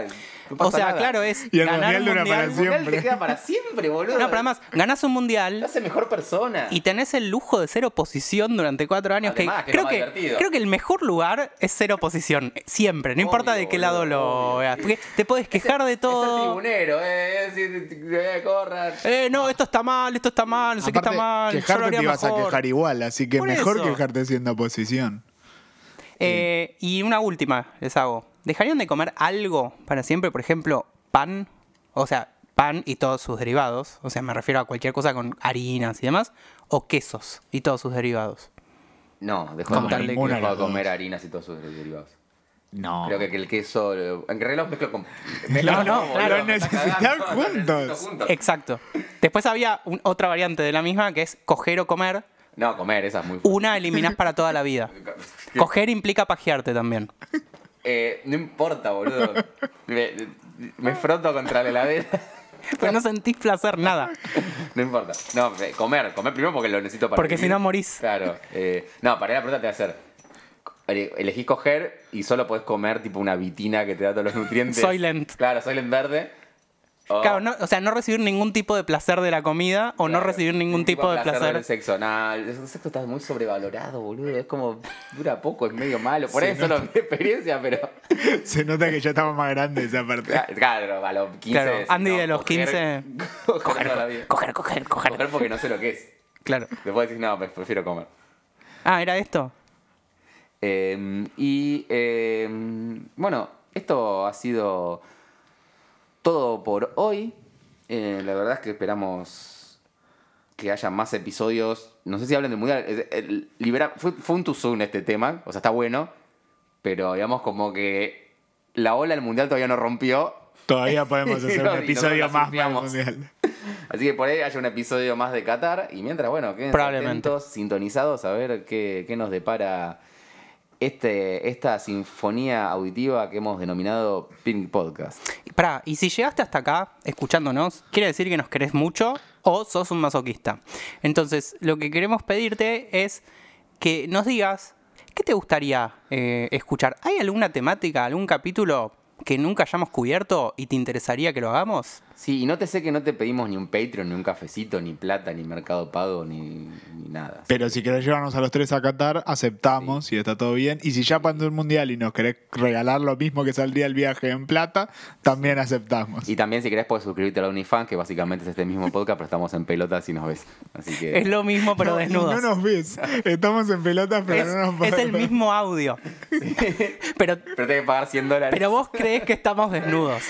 Speaker 1: no
Speaker 3: O
Speaker 1: pasa
Speaker 3: sea,
Speaker 1: nada.
Speaker 3: claro, es
Speaker 2: Y el
Speaker 3: ganar
Speaker 2: mundial
Speaker 3: un
Speaker 2: dura para
Speaker 1: El
Speaker 3: mundial.
Speaker 2: siempre.
Speaker 1: mundial te queda para siempre, boludo.
Speaker 3: No, pero además, ganás un
Speaker 1: Te
Speaker 3: mundial
Speaker 1: hace mejor persona.
Speaker 3: y tenés el lujo de ser oposición durante cuatro años.
Speaker 1: Además, que es
Speaker 3: que
Speaker 1: lo
Speaker 3: creo,
Speaker 1: más
Speaker 3: que,
Speaker 1: divertido.
Speaker 3: creo que el mejor lugar es ser oposición. Siempre, no importa
Speaker 1: Obvio,
Speaker 3: de qué lado
Speaker 1: boludo,
Speaker 3: lo
Speaker 1: obvio. Este
Speaker 3: veas. Porque te puedes quejar de
Speaker 1: Es el
Speaker 3: todo.
Speaker 1: tribunero, eh, es decir, eh, corran.
Speaker 3: Eh, no, esto está mal, esto está mal, no sé qué está
Speaker 2: Aparte,
Speaker 3: mal. yo lo
Speaker 2: Quejarte
Speaker 3: haría
Speaker 2: te ibas a
Speaker 3: mejor.
Speaker 2: quejar igual, así que
Speaker 3: Por
Speaker 2: mejor
Speaker 3: eso.
Speaker 2: quejarte siendo oposición.
Speaker 3: Eh, y una última les hago. ¿Dejarían de comer algo para siempre? Por ejemplo, pan. O sea, pan y todos sus derivados. O sea, me refiero a cualquier cosa con harinas y demás. O quesos y todos sus derivados.
Speaker 1: No, dejó
Speaker 3: Como
Speaker 1: de,
Speaker 3: tal de
Speaker 1: dejó
Speaker 2: que-
Speaker 1: de comer harinas y todos sus derivados.
Speaker 2: No.
Speaker 1: Creo que, que el queso. eh, En realidad los mezclo con.
Speaker 2: No,
Speaker 1: mezclo
Speaker 3: no,
Speaker 1: con-
Speaker 3: claro.
Speaker 1: boludo, me está
Speaker 2: Necesitan
Speaker 1: cagando, los
Speaker 2: juntos.
Speaker 1: necesito juntos.
Speaker 3: Exacto. Después había un- otra variante de la misma que es coger o comer.
Speaker 1: No, comer, esa es muy.
Speaker 3: Una eliminás para toda la vida. Coger implica pajearte también.
Speaker 1: Eh, no importa, boludo. Me, me froto contra la heladera.
Speaker 3: Pero no sentís placer nada.
Speaker 1: No importa. No, eh, comer, comer primero porque lo necesito para.
Speaker 3: Porque si
Speaker 1: vivir.
Speaker 3: no morís.
Speaker 1: Claro. eh, no, para ir a la pregunta te va a hacer. eh, Elegís coger y solo podés comer tipo una vitina que te da todos los nutrientes.
Speaker 3: Soylent.
Speaker 1: Claro, Soylent verde. O-
Speaker 3: Claro, no- o sea, no recibir ningún tipo de placer de la comida o no
Speaker 1: Claro,
Speaker 3: recibir ningún tipo de placer
Speaker 1: del sexo. No, el sexo está muy sobrevalorado, boludo. Es como, dura poco, es medio malo. Por eso no mi experiencia, pero.
Speaker 2: Se nota que ya estaba más grande esa parte.
Speaker 1: Claro, a los 15.
Speaker 3: Claro,
Speaker 1: decís,
Speaker 3: Andy
Speaker 1: no,
Speaker 3: de los
Speaker 1: coger-
Speaker 3: 15.
Speaker 1: Coger, toda la vida.
Speaker 3: Coger, coger, coger.
Speaker 1: Coger porque no sé lo que es.
Speaker 3: Claro.
Speaker 1: Después decís, no, me prefiero comer.
Speaker 3: Ah, era esto.
Speaker 1: Eh, y eh, bueno, esto ha sido todo por hoy. Eh, la verdad es que esperamos que haya más episodios. No sé si hablen del mundial. Es- el- libera- fue, fue un tuzún este tema, o sea, está bueno, pero digamos como que la ola del mundial todavía no rompió.
Speaker 2: Todavía podemos
Speaker 1: Y
Speaker 2: hacer
Speaker 1: no- y
Speaker 2: un episodio
Speaker 1: nosotros
Speaker 2: más para el
Speaker 1: surfeamos.
Speaker 2: mundial.
Speaker 1: Así que por ahí haya un episodio más de Qatar. Y mientras, bueno, quédense
Speaker 3: Probablemente.
Speaker 1: atentos, sintonizados a ver qué, qué nos depara este, esta sinfonía auditiva que hemos denominado Pink Podcast.
Speaker 3: Y Pará, y si llegaste hasta acá escuchándonos, quiere decir que nos querés mucho o sos un masoquista. Entonces, lo que queremos pedirte es que nos digas qué te gustaría eh, escuchar. ¿Hay alguna temática, algún capítulo que nunca hayamos cubierto y te interesaría que lo hagamos?
Speaker 1: Sí, y no te sé que no te pedimos ni un Patreon, ni un cafecito, ni plata, ni mercado pago, ni, ni nada.
Speaker 2: Pero si querés llevarnos a los tres a Qatar, aceptamos y está todo bien. Y si ya pasó el mundial y nos querés regalar lo mismo que saldría el viaje en plata, también aceptamos.
Speaker 1: Y también si querés puedes suscribirte a la OnlyFans, que básicamente es este mismo podcast, pero estamos en pelotas y nos ves. Así que...
Speaker 3: Es lo mismo, pero
Speaker 2: No, y
Speaker 3: desnudos.
Speaker 2: No nos ves. Estamos en pelotas, pero
Speaker 3: es,
Speaker 2: no nos
Speaker 3: es
Speaker 2: podés
Speaker 3: el
Speaker 2: ver.
Speaker 3: mismo audio. Pero,
Speaker 1: Pero tenés que pagar 100 dólares.
Speaker 3: pero vos crees que estamos desnudos.